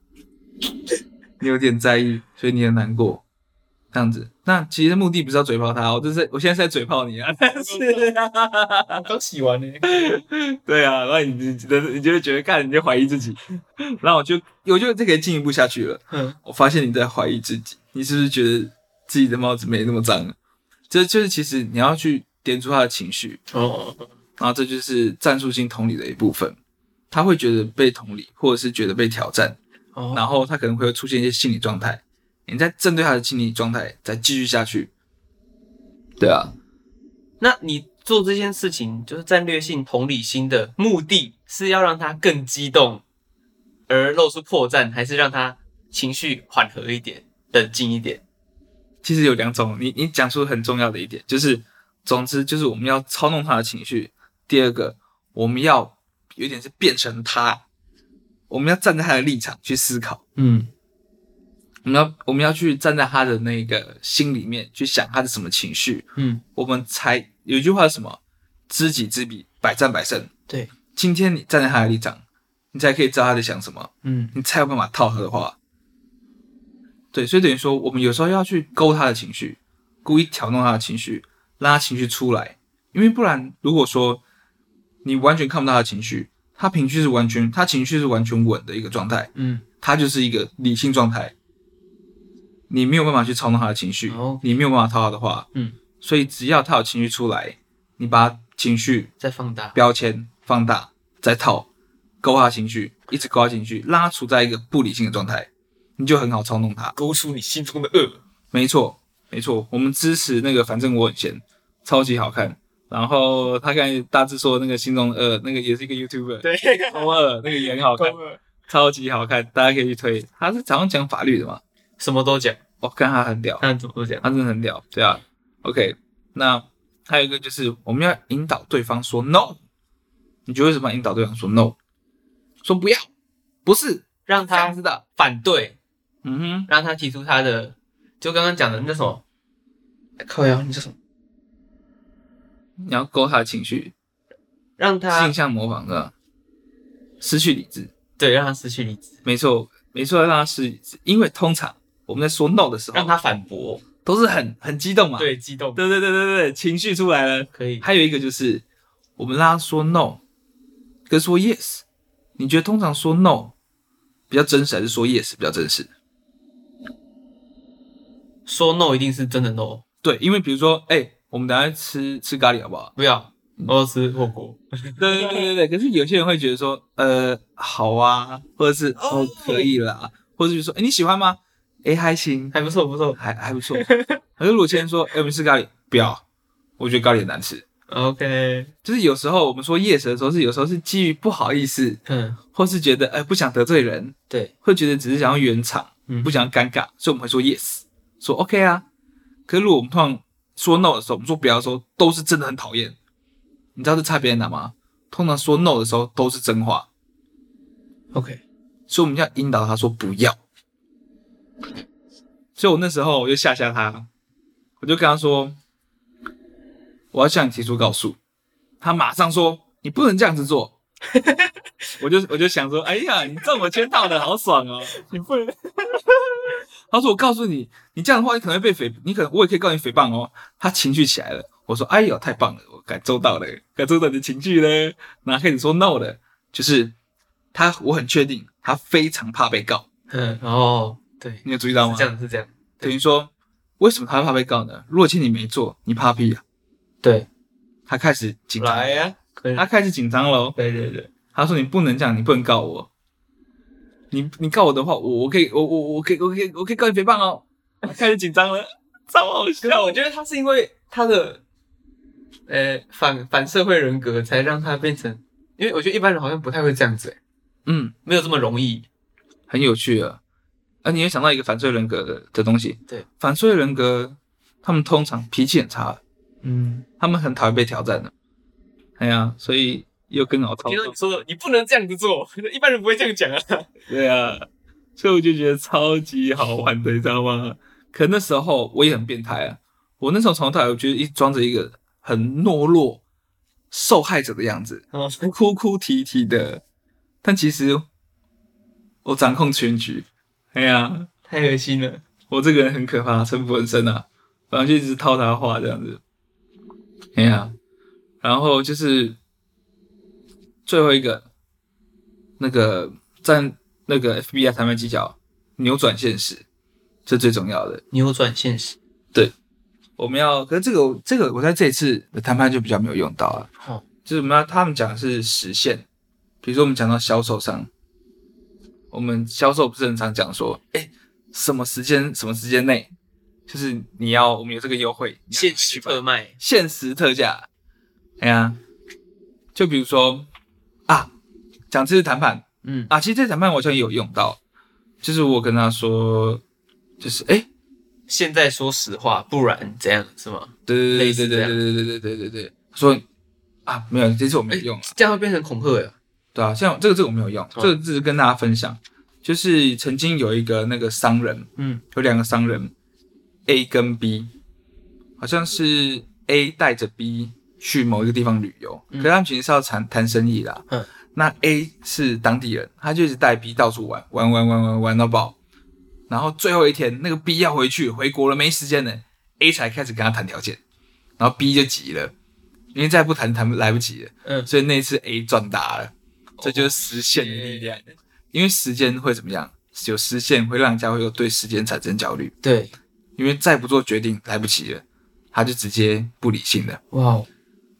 S3: 你有点在意，所以你很难过？这样子，那其实目的不是要嘴炮他哦，我这是我现在是在嘴炮你啊，但是，
S4: 我刚洗完欸呢。
S3: 对啊，然后你你你就会觉得干，你就怀疑自 己，然后我就我就这可以进一步下去了。
S4: 嗯，
S3: 我发现你在怀疑自己，你是不是觉得自己的帽子没那么脏了？这就是其实你要去点出他的情绪，
S4: 哦，
S3: 然后这就是战术性同理的一部分。他会觉得被同理，或者是觉得被挑战，
S4: 哦，
S3: 然后他可能会出现一些心理状态。你再针对他的心理状态再继续下去。对啊，
S4: 那你做这件事情，就是战略性同理心的目的是要让他更激动，而露出破绽，还是让他情绪缓和一点、冷静一点？
S3: 其实有两种，你你讲出很重要的一点，就是总之就是我们要操弄他的情绪。第二个，我们要有点是变成他，我们要站在他的立场去思考，
S4: 嗯
S3: 我们要我们要去站在他的那个心里面去想他的什么情绪，
S4: 嗯，
S3: 我们才有一句话是什么？知己知彼，百战百胜。
S4: 对，
S3: 今天你站在他的立场，你才可以知道他在想什么，
S2: 嗯，
S3: 你才有办法套他的话。对，所以等于说，我们有时候要去勾他的情绪，故意挑动他的情绪，让他情绪出来，因为不然，如果说你完全看不到他的情绪，他情绪是完全，他情绪是完全稳的一个状态，
S2: 嗯，
S3: 他就是一个理性状态，你没有办法去操弄他的情绪，
S4: 哦
S3: 你没有办法套他的话，
S2: 嗯，
S3: 所以只要他有情绪出来，你把他情绪
S4: 再放大，
S3: 标签放大，再套，勾他情绪，一直勾他情绪，让他处在一个不理性的状态，你就很好操弄他。
S4: 勾出你心中的恶。
S3: 没错，没错，我们支持那个，反正我很闲，超级好看。然后他刚才大致说那个心中的呃，那个也是一个 YouTuber，
S4: 对，
S3: 中二那个也很好看，
S4: 恶，
S3: 超级好看，大家可以去推。他是早上讲法律的嘛，
S4: 什么都讲，
S3: 我、看他很屌，
S4: 看怎么都讲。
S3: 他真的很屌，对啊。OK，那还有一个就是我们要引导对方说 no，你觉得为什么要引导对方说 no？说不要，不是
S4: 让
S3: 这样
S4: 他
S3: 子的。
S4: 反对，
S3: 嗯哼，
S4: 让他提出他的，就刚刚讲的那什么，哎靠呀，你叫什么？
S3: 你要勾他的情绪，
S4: 让他
S3: 性向模仿的，失去理智。
S4: 对，让他失去理智，
S3: 没错，没错，要让他失去理智，因为通常我们在说 no 的时
S4: 让
S3: 候，
S4: 他反驳，
S3: 都是很很激动嘛。
S4: 对，激动，
S3: 对对对对对，情绪出来了。
S4: 可以，
S3: 还有一个就是，我们让他说 no，跟说 yes，你觉得通常说 no 比较真实，还是说 yes 比较真实？
S4: 说 no 一定是真的 no，
S3: 对，因为比如说，哎、我们等一下吃吃咖喱好不好？
S4: 不要，我要吃火锅，
S3: 对对对对对。可是有些人会觉得说，呃，好啊，或者是哦可以啦，或者是说，哎、你喜欢吗？哎、还行，
S4: 还不错不错
S3: 还还不错。可是如果今天说，哎、我们吃咖喱，不要，我觉得咖喱很难吃。
S4: ，OK，
S3: 就是有时候我们说 yes 的时候，是有时候是基于不好意思，
S4: 嗯，
S3: 或是觉得哎、不想得罪人，
S4: 对，
S3: 会觉得只是想要圆场，
S4: 嗯
S3: 不想要尴尬，所以我们会说 yes，说 OK 啊。可是如果我们通常说 no 的时候，我们说不要的时候，都是真的很讨厌。你知道这差别在哪吗？通常说 no 的时候都是真话，
S4: ，OK，
S3: 所以我们要引导他说不要。所以我那时候我就吓吓他，我就跟他说，我要向你提出告诉。他马上说你不能这样子做。 我就我就想说，哎呀，你中我圈套的好爽哦！
S4: 你不能，
S3: 他说：“我告诉你，你这样的话，你可能会被诽，你可能我也可以告你诽谤哦。”他情绪起来了，我说：“哎呦，太棒了，我感受到了，感受到你的情绪了。”然后开始说 “no” 了，就是他，我很确定他非常怕被告，
S4: 嗯，哦，对，
S3: 你有注意到吗
S4: 是这？样是这样，
S3: 等于说，为什么他会怕被告呢？如果今天你没做，你怕屁啊！
S4: 对，
S3: 他开始紧张，
S4: 来呀，可以，
S3: 他开始紧张喽。
S4: 对对对，
S3: 他说你不能这样，你不能告我。你你告我的话，我我可以我我我可以我可以我可以告你诽谤哦。开始紧张了，超好
S4: 可是
S3: 笑
S4: 我。觉得他是因为他的，呃，反反社会人格才让他变成，因为我觉得一般人好像不太会这样子、欸，
S3: 嗯，
S4: 没有这么容易。
S3: 很有趣啊。啊，你也想到一个反社会人格的的东西。
S4: 对，
S3: 反社会人格，他们通常脾气很差，啊
S4: 嗯，
S3: 他们很讨厌被挑战的。哎呀，所以又更好操
S4: 听到你
S3: 作。
S4: 说的，你不能这样子做， 一般人不会这样讲啊。
S3: 对啊，所以我就觉得超级好玩的，你知道吗？可那时候我也很变态啊，我那时候从头到尾就是一装着一个很懦弱、受害者的样子，
S4: 哦，
S3: 哭哭啼啼的，但其实我掌控全局。哎呀，
S4: 太恶心了。
S3: 我这个人很可怕，城府很深啊，反正就一直套他话这样子。哎呀，然后就是最后一个，那个站那个 FBI 谈判技巧，扭转现实，这最重要的。
S4: 扭转现实，
S3: 我们要，可是这个这个我在这一次的谈判就比较没有用到啊。
S4: 哦，
S3: 就是我们要他们讲的是实现，比如说我们讲到销售上，我们销售不是很常讲说，哎、什么时间什么时间内，就是你要我们有这个优惠，你要
S4: 现实
S3: 去买
S4: 特卖，
S3: 限时特价，哎呀，就比如说啊，讲这次谈判
S2: 嗯
S3: 啊，其实这次谈判我好像也有用到，就是我跟他说，就是哎、
S4: 现在说实话，不然怎样是吗？
S3: 对对
S4: 类
S3: 对对
S4: 似这
S3: 对
S4: 样
S3: 对对对对对对，他说啊没有，这次我没有用。
S4: 这样会变成恐吓呀。
S3: 对啊，像这个这个我没有用，
S4: 哦
S3: 这个只是跟大家分享，就是曾经有一个那个商人，
S2: 嗯，
S3: 有两个商人，A 跟 B，好像是 A 带着 B 去某一个地方旅游，可是他们其实是要谈谈生意啦，
S4: 嗯，
S3: 那 A 是当地人，他就一直带 B 到处玩，玩玩玩玩玩到爆。然后最后一天，那个 B 要回去回国了，没时间了，A 才开始跟他谈条件，然后 B 就急了，因为再不谈谈不来不及了。
S4: 嗯哦
S3: 所以那一次 A 赚大了，这就是实现的力量。因为时间会怎么样？有时限会让人家会有对时间产生焦虑，
S4: 对，
S3: 因为再不做决定来不及了，他就直接不理性了。
S4: 哇哦，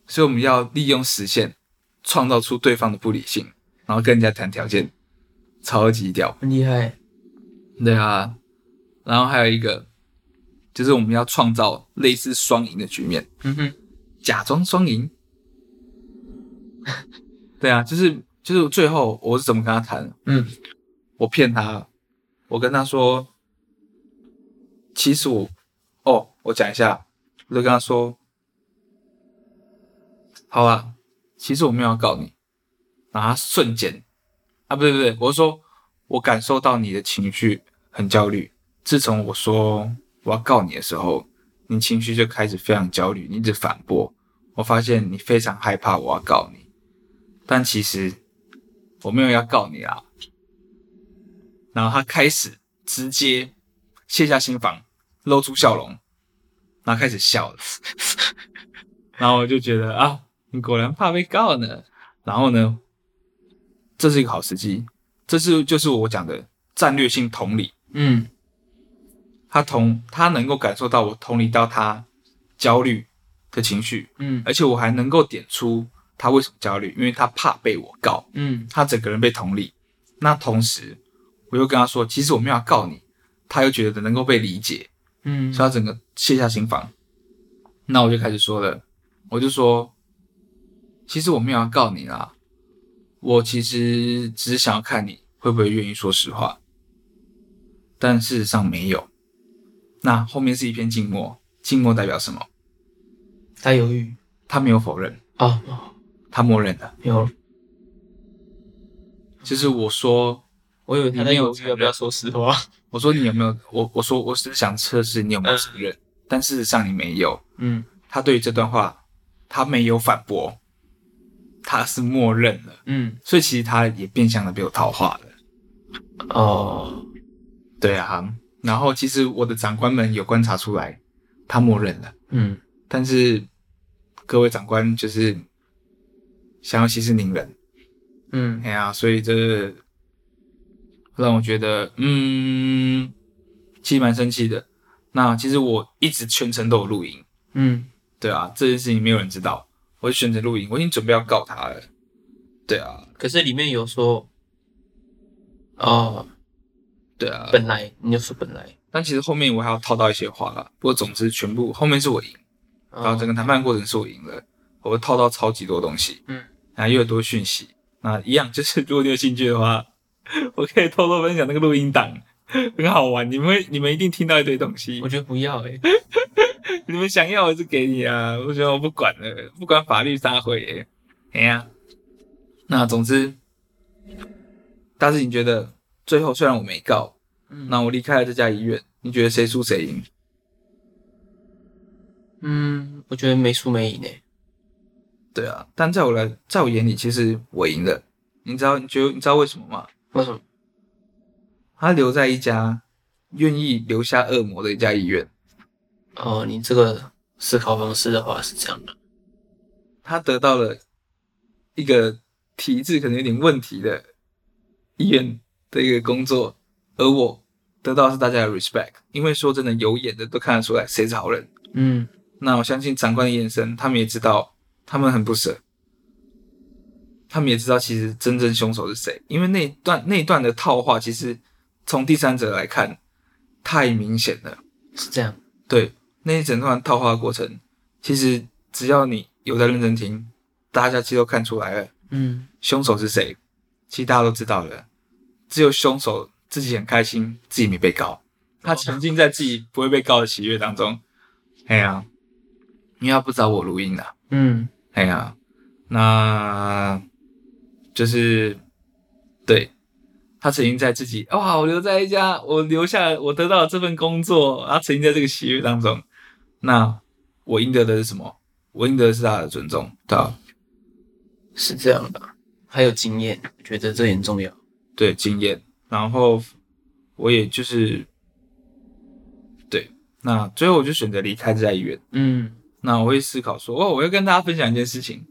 S3: 所以我们要利用时限，创造出对方的不理性，然后跟人家谈条件，超级屌。
S4: 很厉害。
S3: 对啊，然后还有一个就是我们要创造类似双赢的局面，
S4: 嗯哼，
S3: 假装双赢。 对啊，就是就是最后我是怎么跟他谈？
S4: 嗯，
S3: 我骗他了，我跟他说，其实我，哦，我讲一下，我就跟他说，好啦，其实我没有要告你，然后他瞬间，啊，不对不对，我是说我感受到你的情绪很焦虑，自从我说我要告你的时候，你情绪就开始非常焦虑，你一直反驳，我发现你非常害怕我要告你，但其实我没有要告你啊。然后他开始直接卸下心防，露出笑容，然后开始笑了。 然后我就觉得啊，你果然怕被告呢。然后呢，这是一个好时机，这是就是我讲的战略性同理。
S4: 嗯，
S3: 他同他能够感受到我同理到他焦虑的情绪，
S4: 嗯
S3: 而且我还能够点出他为什么焦虑，因为他怕被我告。
S4: 嗯
S3: 他整个人被同理。那同时，我又跟他说，其实我没有要告你，他又觉得能够被理解，
S4: 嗯
S3: 所以他整个卸下心防。那我就开始说了，我就说，其实我没有要告你啦，我其实只是想要看你会不会愿意说实话，但事实上没有。那后面是一片静默，静默代表什么？
S4: 他犹豫
S3: 他没有否认，
S4: 啊、哦，
S3: 他默认了，
S4: 没有，
S3: 就是我说
S4: 我以为他在犹
S3: 你没
S4: 豫
S3: 有
S4: 要不要说实话。
S3: 我说你有没有？我我说我只是想测试你有没有承认，但事实上你没有。
S4: 嗯
S3: 他对于这段话，他没有反驳，他是默认了，
S4: 嗯，
S3: 所以其实他也变相的被我套话了。
S4: 哦，
S3: 对啊，然后其实我的长官们有观察出来，他默认了，
S4: 嗯，
S3: 但是各位长官就是想要息事宁人，
S4: 嗯
S3: 哎呀、所以这让我觉得，嗯，其实蛮生气的。那其实我一直全程都有录音，
S4: 嗯，
S3: 对啊，这件事情没有人知道，我就选择录音，我已经准备要告他了。对啊，
S4: 可是里面有说，哦，
S3: 对啊，
S4: 本来你就说本来，
S3: 但其实后面我还要套到一些话啦。不过总之，全部后面是我赢，然
S4: 哦
S3: 后整个谈判过程是我赢了，我会套到超级多东西，
S4: 嗯，
S3: 然后又有多讯息。那一样就是，如果你有兴趣的话， 我可以偷偷分享那个录音档，很好玩，你们会你们一定听到一堆东西
S4: 我。觉得不要哎、
S3: 你们想要我就给你啊，我觉得我不管了，不管法律大会耶、哎呀、那总之，大志，你觉得最后虽然我没告，
S4: 嗯
S3: 那我离开了这家医院，你觉得谁输谁赢？
S4: 嗯，我觉得没输没赢哎、
S3: 对啊，但在我来，在我眼里，其实我赢了。你知道，你觉得你知道为什么吗？
S4: 为什么？
S3: 他留在一家愿意留下恶魔的一家医院，
S4: 哦，你这个思考方式的话是这样的，
S3: 他得到了一个体制可能有点问题的医院的一个工作，而我得到的是大家的 respect，因为说真的，有眼的都看得出来谁是好人。
S4: 嗯
S3: 那我相信长官的眼神，他们也知道，他们很不舍，他们也知道其实真正凶手是谁，因为那一段那一段的套话，其实从第三者来看太明显了。
S4: 是这样，
S3: 对，那一整段套话的过程，其实只要你有在认真听，大家其实都看出来了
S4: 嗯
S3: 凶手是谁，其实大家都知道了，只有凶手自己很开心，自己没被告，他沉浸在自己不会被告的喜悦当中。哎呀、因为他不找我录音啊，
S4: 嗯
S3: 哎呀、那就是对。他沉浸在自己哇，我留在一家，我留下我得到了这份工作，他沉浸在这个喜悦当中。那我赢得的是什么？我赢得的是他的尊重，对吧、
S4: 是这样的，还有经验，我觉得这也很重要。
S3: 对经验，然后我也就是对，那最后我就选择离开这家医院。
S4: 嗯，
S3: 那我会思考说，哦，我要跟大家分享一件事情，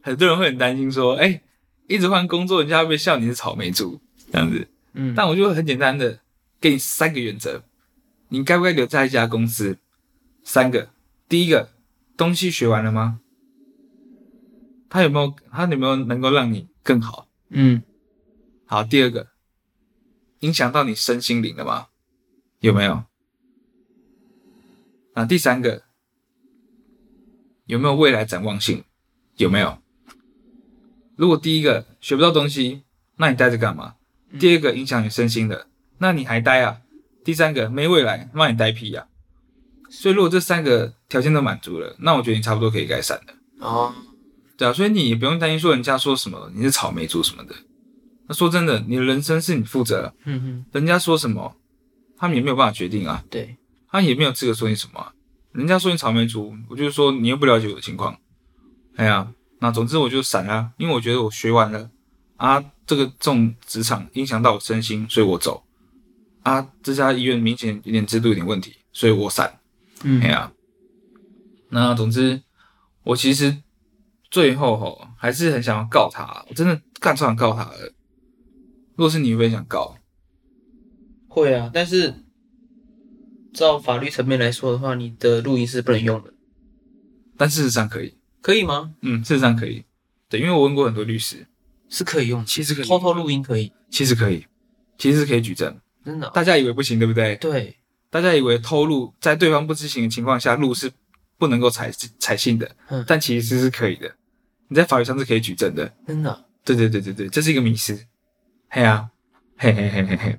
S3: 很多人会很担心说，哎、一直换工作，人家会不会笑你是草莓族这样子？
S4: 嗯
S3: 但我就会很简单的给你三个原则，你该不该留在一家公司？三个，第一个，东西学完了吗？他有没有他有没有能够让你更好？
S4: 嗯
S3: 好，第二个，影响到你身心灵了吗？有没有？那第三个，有没有未来展望性？有没有？如果第一个学不到东西，那你待着干嘛？第二个影响你身心的，那你还待啊？第三个没未来，那你待屁呀、所以如果这三个条件都满足了，那我觉得你差不多可以改善了。
S4: 哦，
S3: 对啊，所以你也不用担心说人家说什么你是草莓族什么的。那说真的，你的人生是你负责，
S4: 嗯哼，
S3: 人家说什么，他们也没有办法决定啊，
S4: 对，
S3: 他也没有资格说你什么、啊。人家说你草莓族，我就说你又不了解我的情况。哎呀，那总之我就闪了，因为我觉得我学完了啊，这个这种职场影响到我身心，所以我走。啊，这家医院明显有点制度有点问题，所以我闪。
S4: 嗯
S3: 哎呀、那总之，我其实最后吼还是很想要告他，我真的干超想告他的。如果是你，会不会想告？
S4: 会啊，但是照法律层面来说的话，你的录音是不能用的，
S3: 但事实上可以，
S4: 可以吗？
S3: 嗯，事实上可以。对，因为我问过很多律师，
S4: 是可以用的，
S3: 其实可以
S4: 偷偷录音可以，
S3: 其实可以，其实是可以举证。
S4: 真的哦、
S3: 大家以为不行，对不对？
S4: 对，
S3: 大家以为偷录在对方不知情的情况下录是不能够采采信的
S4: 嗯，
S3: 但其实是可以的。你在法律上是可以举证的。
S4: 真的哦、
S3: 对对对对对，这是一个迷失。嘿啊，嘿嘿嘿嘿嘿，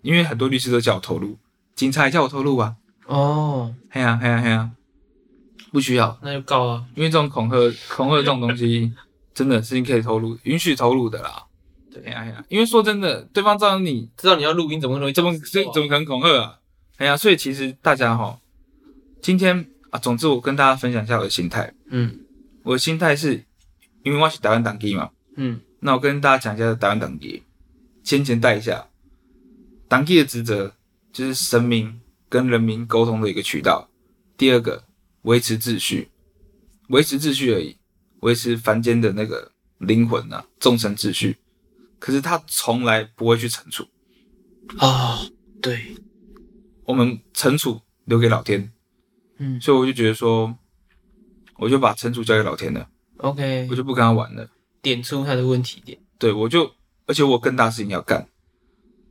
S3: 因为很多律师都叫我投入，警察也叫我投入啊。
S4: 哦，
S3: 嘿啊嘿啊嘿啊，不需要，
S4: 那就告啊，
S3: 因为这种恐吓恐吓这种东西， 真的是你可以投入，允许投入的啦。
S4: 对
S3: 嘿啊嘿啊，因为说真的，对方知道你
S4: 知道你要录音怎么容易
S3: 怎么所以怎么可能恐吓啊？哎呀、所以其实大家哈，今天啊，总之我跟大家分享一下我的心态。
S4: 嗯
S3: 我的心态是，因为我是台湾党籍嘛，
S4: 嗯
S3: 那我跟大家讲一下台湾党籍，先前带一下。党籍的职责就是神明跟人民沟通的一个渠道。第二个，维持秩序，维持秩序而已，维持凡间的那个灵魂啊，众生秩序。可是他从来不会去惩处。
S4: 哦，对，
S3: 我们惩处留给老天，
S4: 嗯
S3: 所以我就觉得说，我就把惩处交给老天了，
S4: ，OK，
S3: 我就不跟他玩了。
S4: 点出他的问题点，
S3: 对我就，而且我有更大事情要干，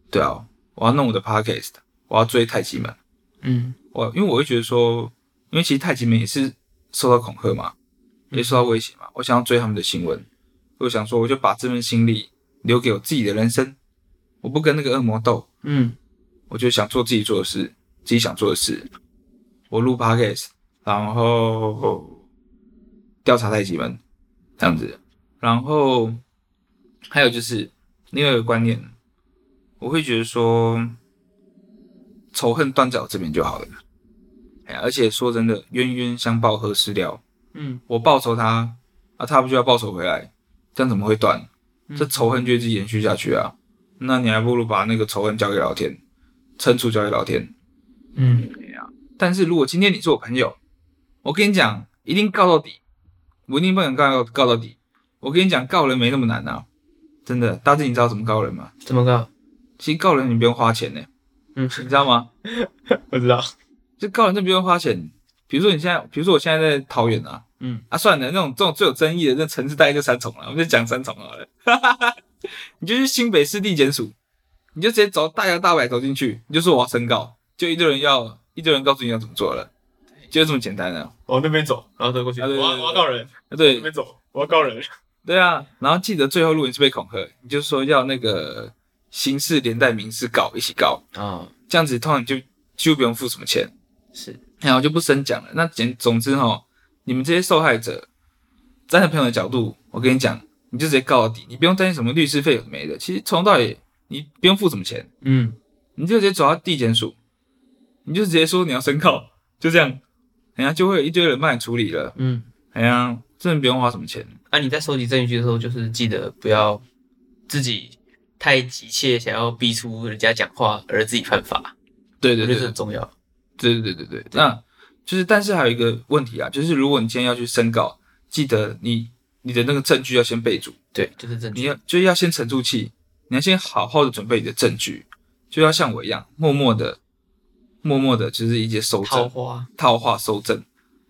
S3: 对啊，我要弄我的 podcast，我要追太极门，
S4: 嗯
S3: 我因为我会觉得说，因为其实太极门也是受到恐吓嘛，也受到威胁嘛，我想要追他们的新闻，我想说我就把这份心力留给我自己的人生，我不跟那个恶魔斗，
S4: 嗯
S3: 我就想做自己做的事，自己想做的事。我录 podcast，然后调查太极门这样子，然后还有就是另外一个观念，我会觉得说仇恨断在我这边就好了。哎呀而且说真的，冤冤相报何时了？
S4: 嗯，
S3: 我报仇他，啊，他不就要报仇回来？这样怎么会断？
S4: 嗯
S3: 这仇恨就一直延续下去啊！那你还不如把那个仇恨交给老天，惩处交给老天。
S4: 嗯
S3: 但是如果今天你是我朋友，我跟你讲，一定告到底，我一定不能告告到底。我跟你讲，告人没那么难啊，真的。大志，你知道怎么告人吗？
S4: 怎么告？
S3: 其实告人你不用花钱呢、
S4: 嗯，
S3: 你知道吗？
S4: 我知道，
S3: 就告人这不用花钱。比如说你现在，比如说我现在在桃园啊，
S4: 嗯
S3: 啊，算了，那种这种最有争议的，那层次大概就三重了，我们就讲三重好了。 你就去新北市地检署，你就直接走大摇大摆走进去，你就说我要申告，就一堆人要一堆人告诉你要怎么做了，就这么简单啊。
S4: 往那边走，然后走过去
S3: 啊对对对
S4: 人，
S3: 啊对
S4: 走，我要告人，
S3: 对啊，然后记得最后如果你是被恐吓，你就说要那个刑事连带民事告一起告，
S4: 啊、
S3: 这样子通常你就几乎不用付什么钱。
S4: 是，
S3: 然后哎就不深讲了。那简总之哈，你们这些受害者，站在朋友的角度，我跟你讲，你就直接告到底，你不用担心什么律师费有的没的。其实从头到尾你不用付什么钱，
S4: 嗯
S3: 你就直接走到地检署，你哎就直接说你要申告，就这样，人家就会有一堆人帮你处理了。
S4: 嗯
S3: 哎呀，真的不用花什么钱。
S4: 啊，你在收集证据的时候，就是记得不要自己太急切想要逼出人家讲话而自己犯法，
S3: 对对
S4: 我觉
S3: 对
S4: 得这
S3: 对
S4: 很重要。
S3: 对对对对，那就是但是还有一个问题啊，就是如果你今天要去申告，记得你你的那个证据要先备足，
S4: 对，就是证
S3: 你
S4: 据。
S3: 要就是要先沉住气，你要先好好的准备你的证据，就要像我一样，默默的默默的，就是一些收
S4: 桃
S3: 证。
S4: 花，
S3: 套话收证，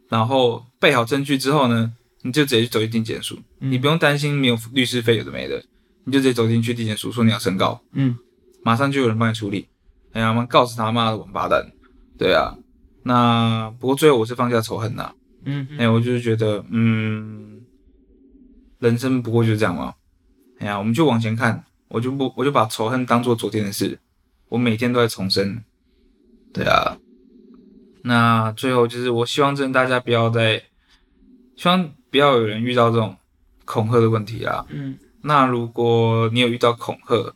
S3: 然后备好证据之后呢，你就直接去走进地检署，你不用担心没有律师费有的没的，你就直接走进去地检署说你要申告，
S4: 嗯，
S3: 马上就有人帮你处理。哎呀妈，告诉他妈的王八蛋！对啊，那不过最后我是放下仇恨呐、
S4: 嗯哼，
S3: 哎，我就是觉得，嗯，人生不过就这样嘛。哎呀，我们就往前看，我就不，我就把仇恨当做昨天的事，我每天都在重生。对啊，那最后就是我希望真的大家不要再，希望不要有人遇到这种恐吓的问题啊。
S4: 嗯，
S3: 那如果你有遇到恐吓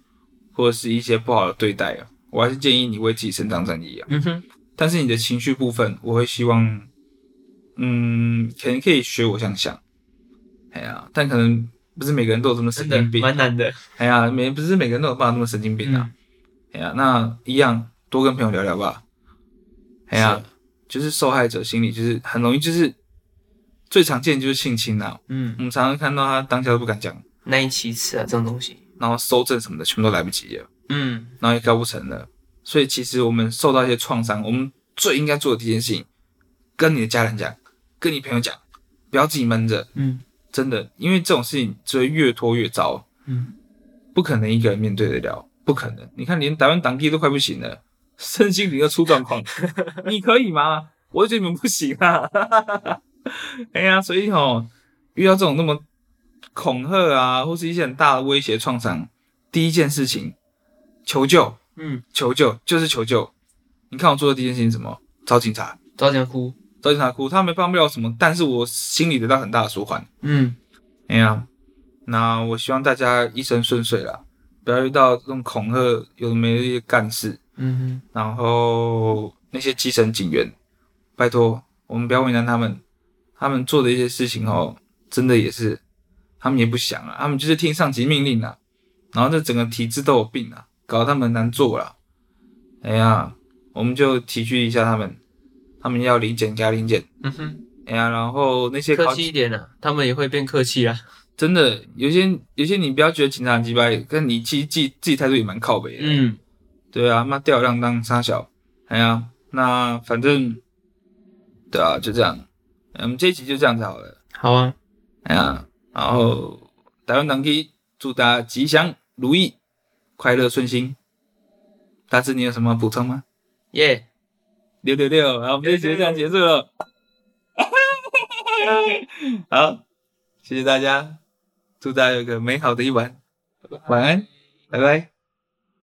S3: 或者是一些不好的对待啊，我还是建议你为自己伸张正义啊。
S4: 嗯哼，
S3: 但是你的情绪部分，我会希望，嗯，可能可以学我想想，哎呀，但可能不是每个人都有这么神
S4: 真的
S3: 经病，
S4: 蛮嗯难的。
S3: 哎呀，每不是每个人都有办法那么神经病啊，哎呀，那一样多跟朋友聊聊吧，哎呀，就是受害者心理就是很容易就是最常见就是性侵啊，
S4: 嗯，
S3: 我们常常看到他当下都不敢讲，
S4: 难以启齿啊，这种东西。
S3: 然后搜证什么的全部都来不及了。
S4: 嗯，
S3: 然后也告不成了。所以其实我们受到一些创伤，我们最应该做的第一件事情，跟你的家人讲，跟你朋友讲，不要自己闷着。
S4: 嗯，
S3: 真的，因为这种事情只会越拖越糟。
S4: 嗯，
S3: 不可能一个人面对得了，不可能。你看，连台湾党地都快不行了， 身心灵都出状况，你可以吗？我就觉得你们不行啊。 哎呀，所以吼、遇到这种那么恐吓啊，或是一些很大的威胁创伤，第一件事情求救，
S4: 嗯，
S3: 求救就是求救。你看我做的第一件事情是什么？找警察，
S4: 早点哭。
S3: 找警察哭，他们帮不了什么，但是我心里得到很大的舒缓。
S4: 嗯，
S3: 哎呀，那我希望大家一生顺遂啦，不要遇到这种恐吓有的没的一些干事，
S4: 嗯
S3: 然后那些基层警员，拜托我们不要为难他们，他们做的一些事情哦，真的也是他们也不想啊，他们就是听上级命令啊，然后这整个体制都有病啊，搞得他们很难做啦。哎呀，我们就体恤一下他们，他们要零检加零检，
S4: 哼，嗯哼，
S3: 哎呀，然后那些考
S4: 客气一点啊，他们也会变客气啊。
S3: 真的有些有些你不要觉得警察很鸡掰，但你其实自己自己态度也蛮靠北的。
S4: 嗯，
S3: 对啊，妈吊儿郎当傻小，哎呀，那反正，对啊，就这样，嗯我们这一集就这样子好了，
S4: 好啊，
S3: 哎呀，然后台湾党基祝大家吉祥如意，快乐顺心。大志，你有什么补充吗？
S4: 耶、
S3: 六六六，然后我们这一集就这样结束了。好，谢谢大家，祝大家有个美好的一晚，晚安，拜拜。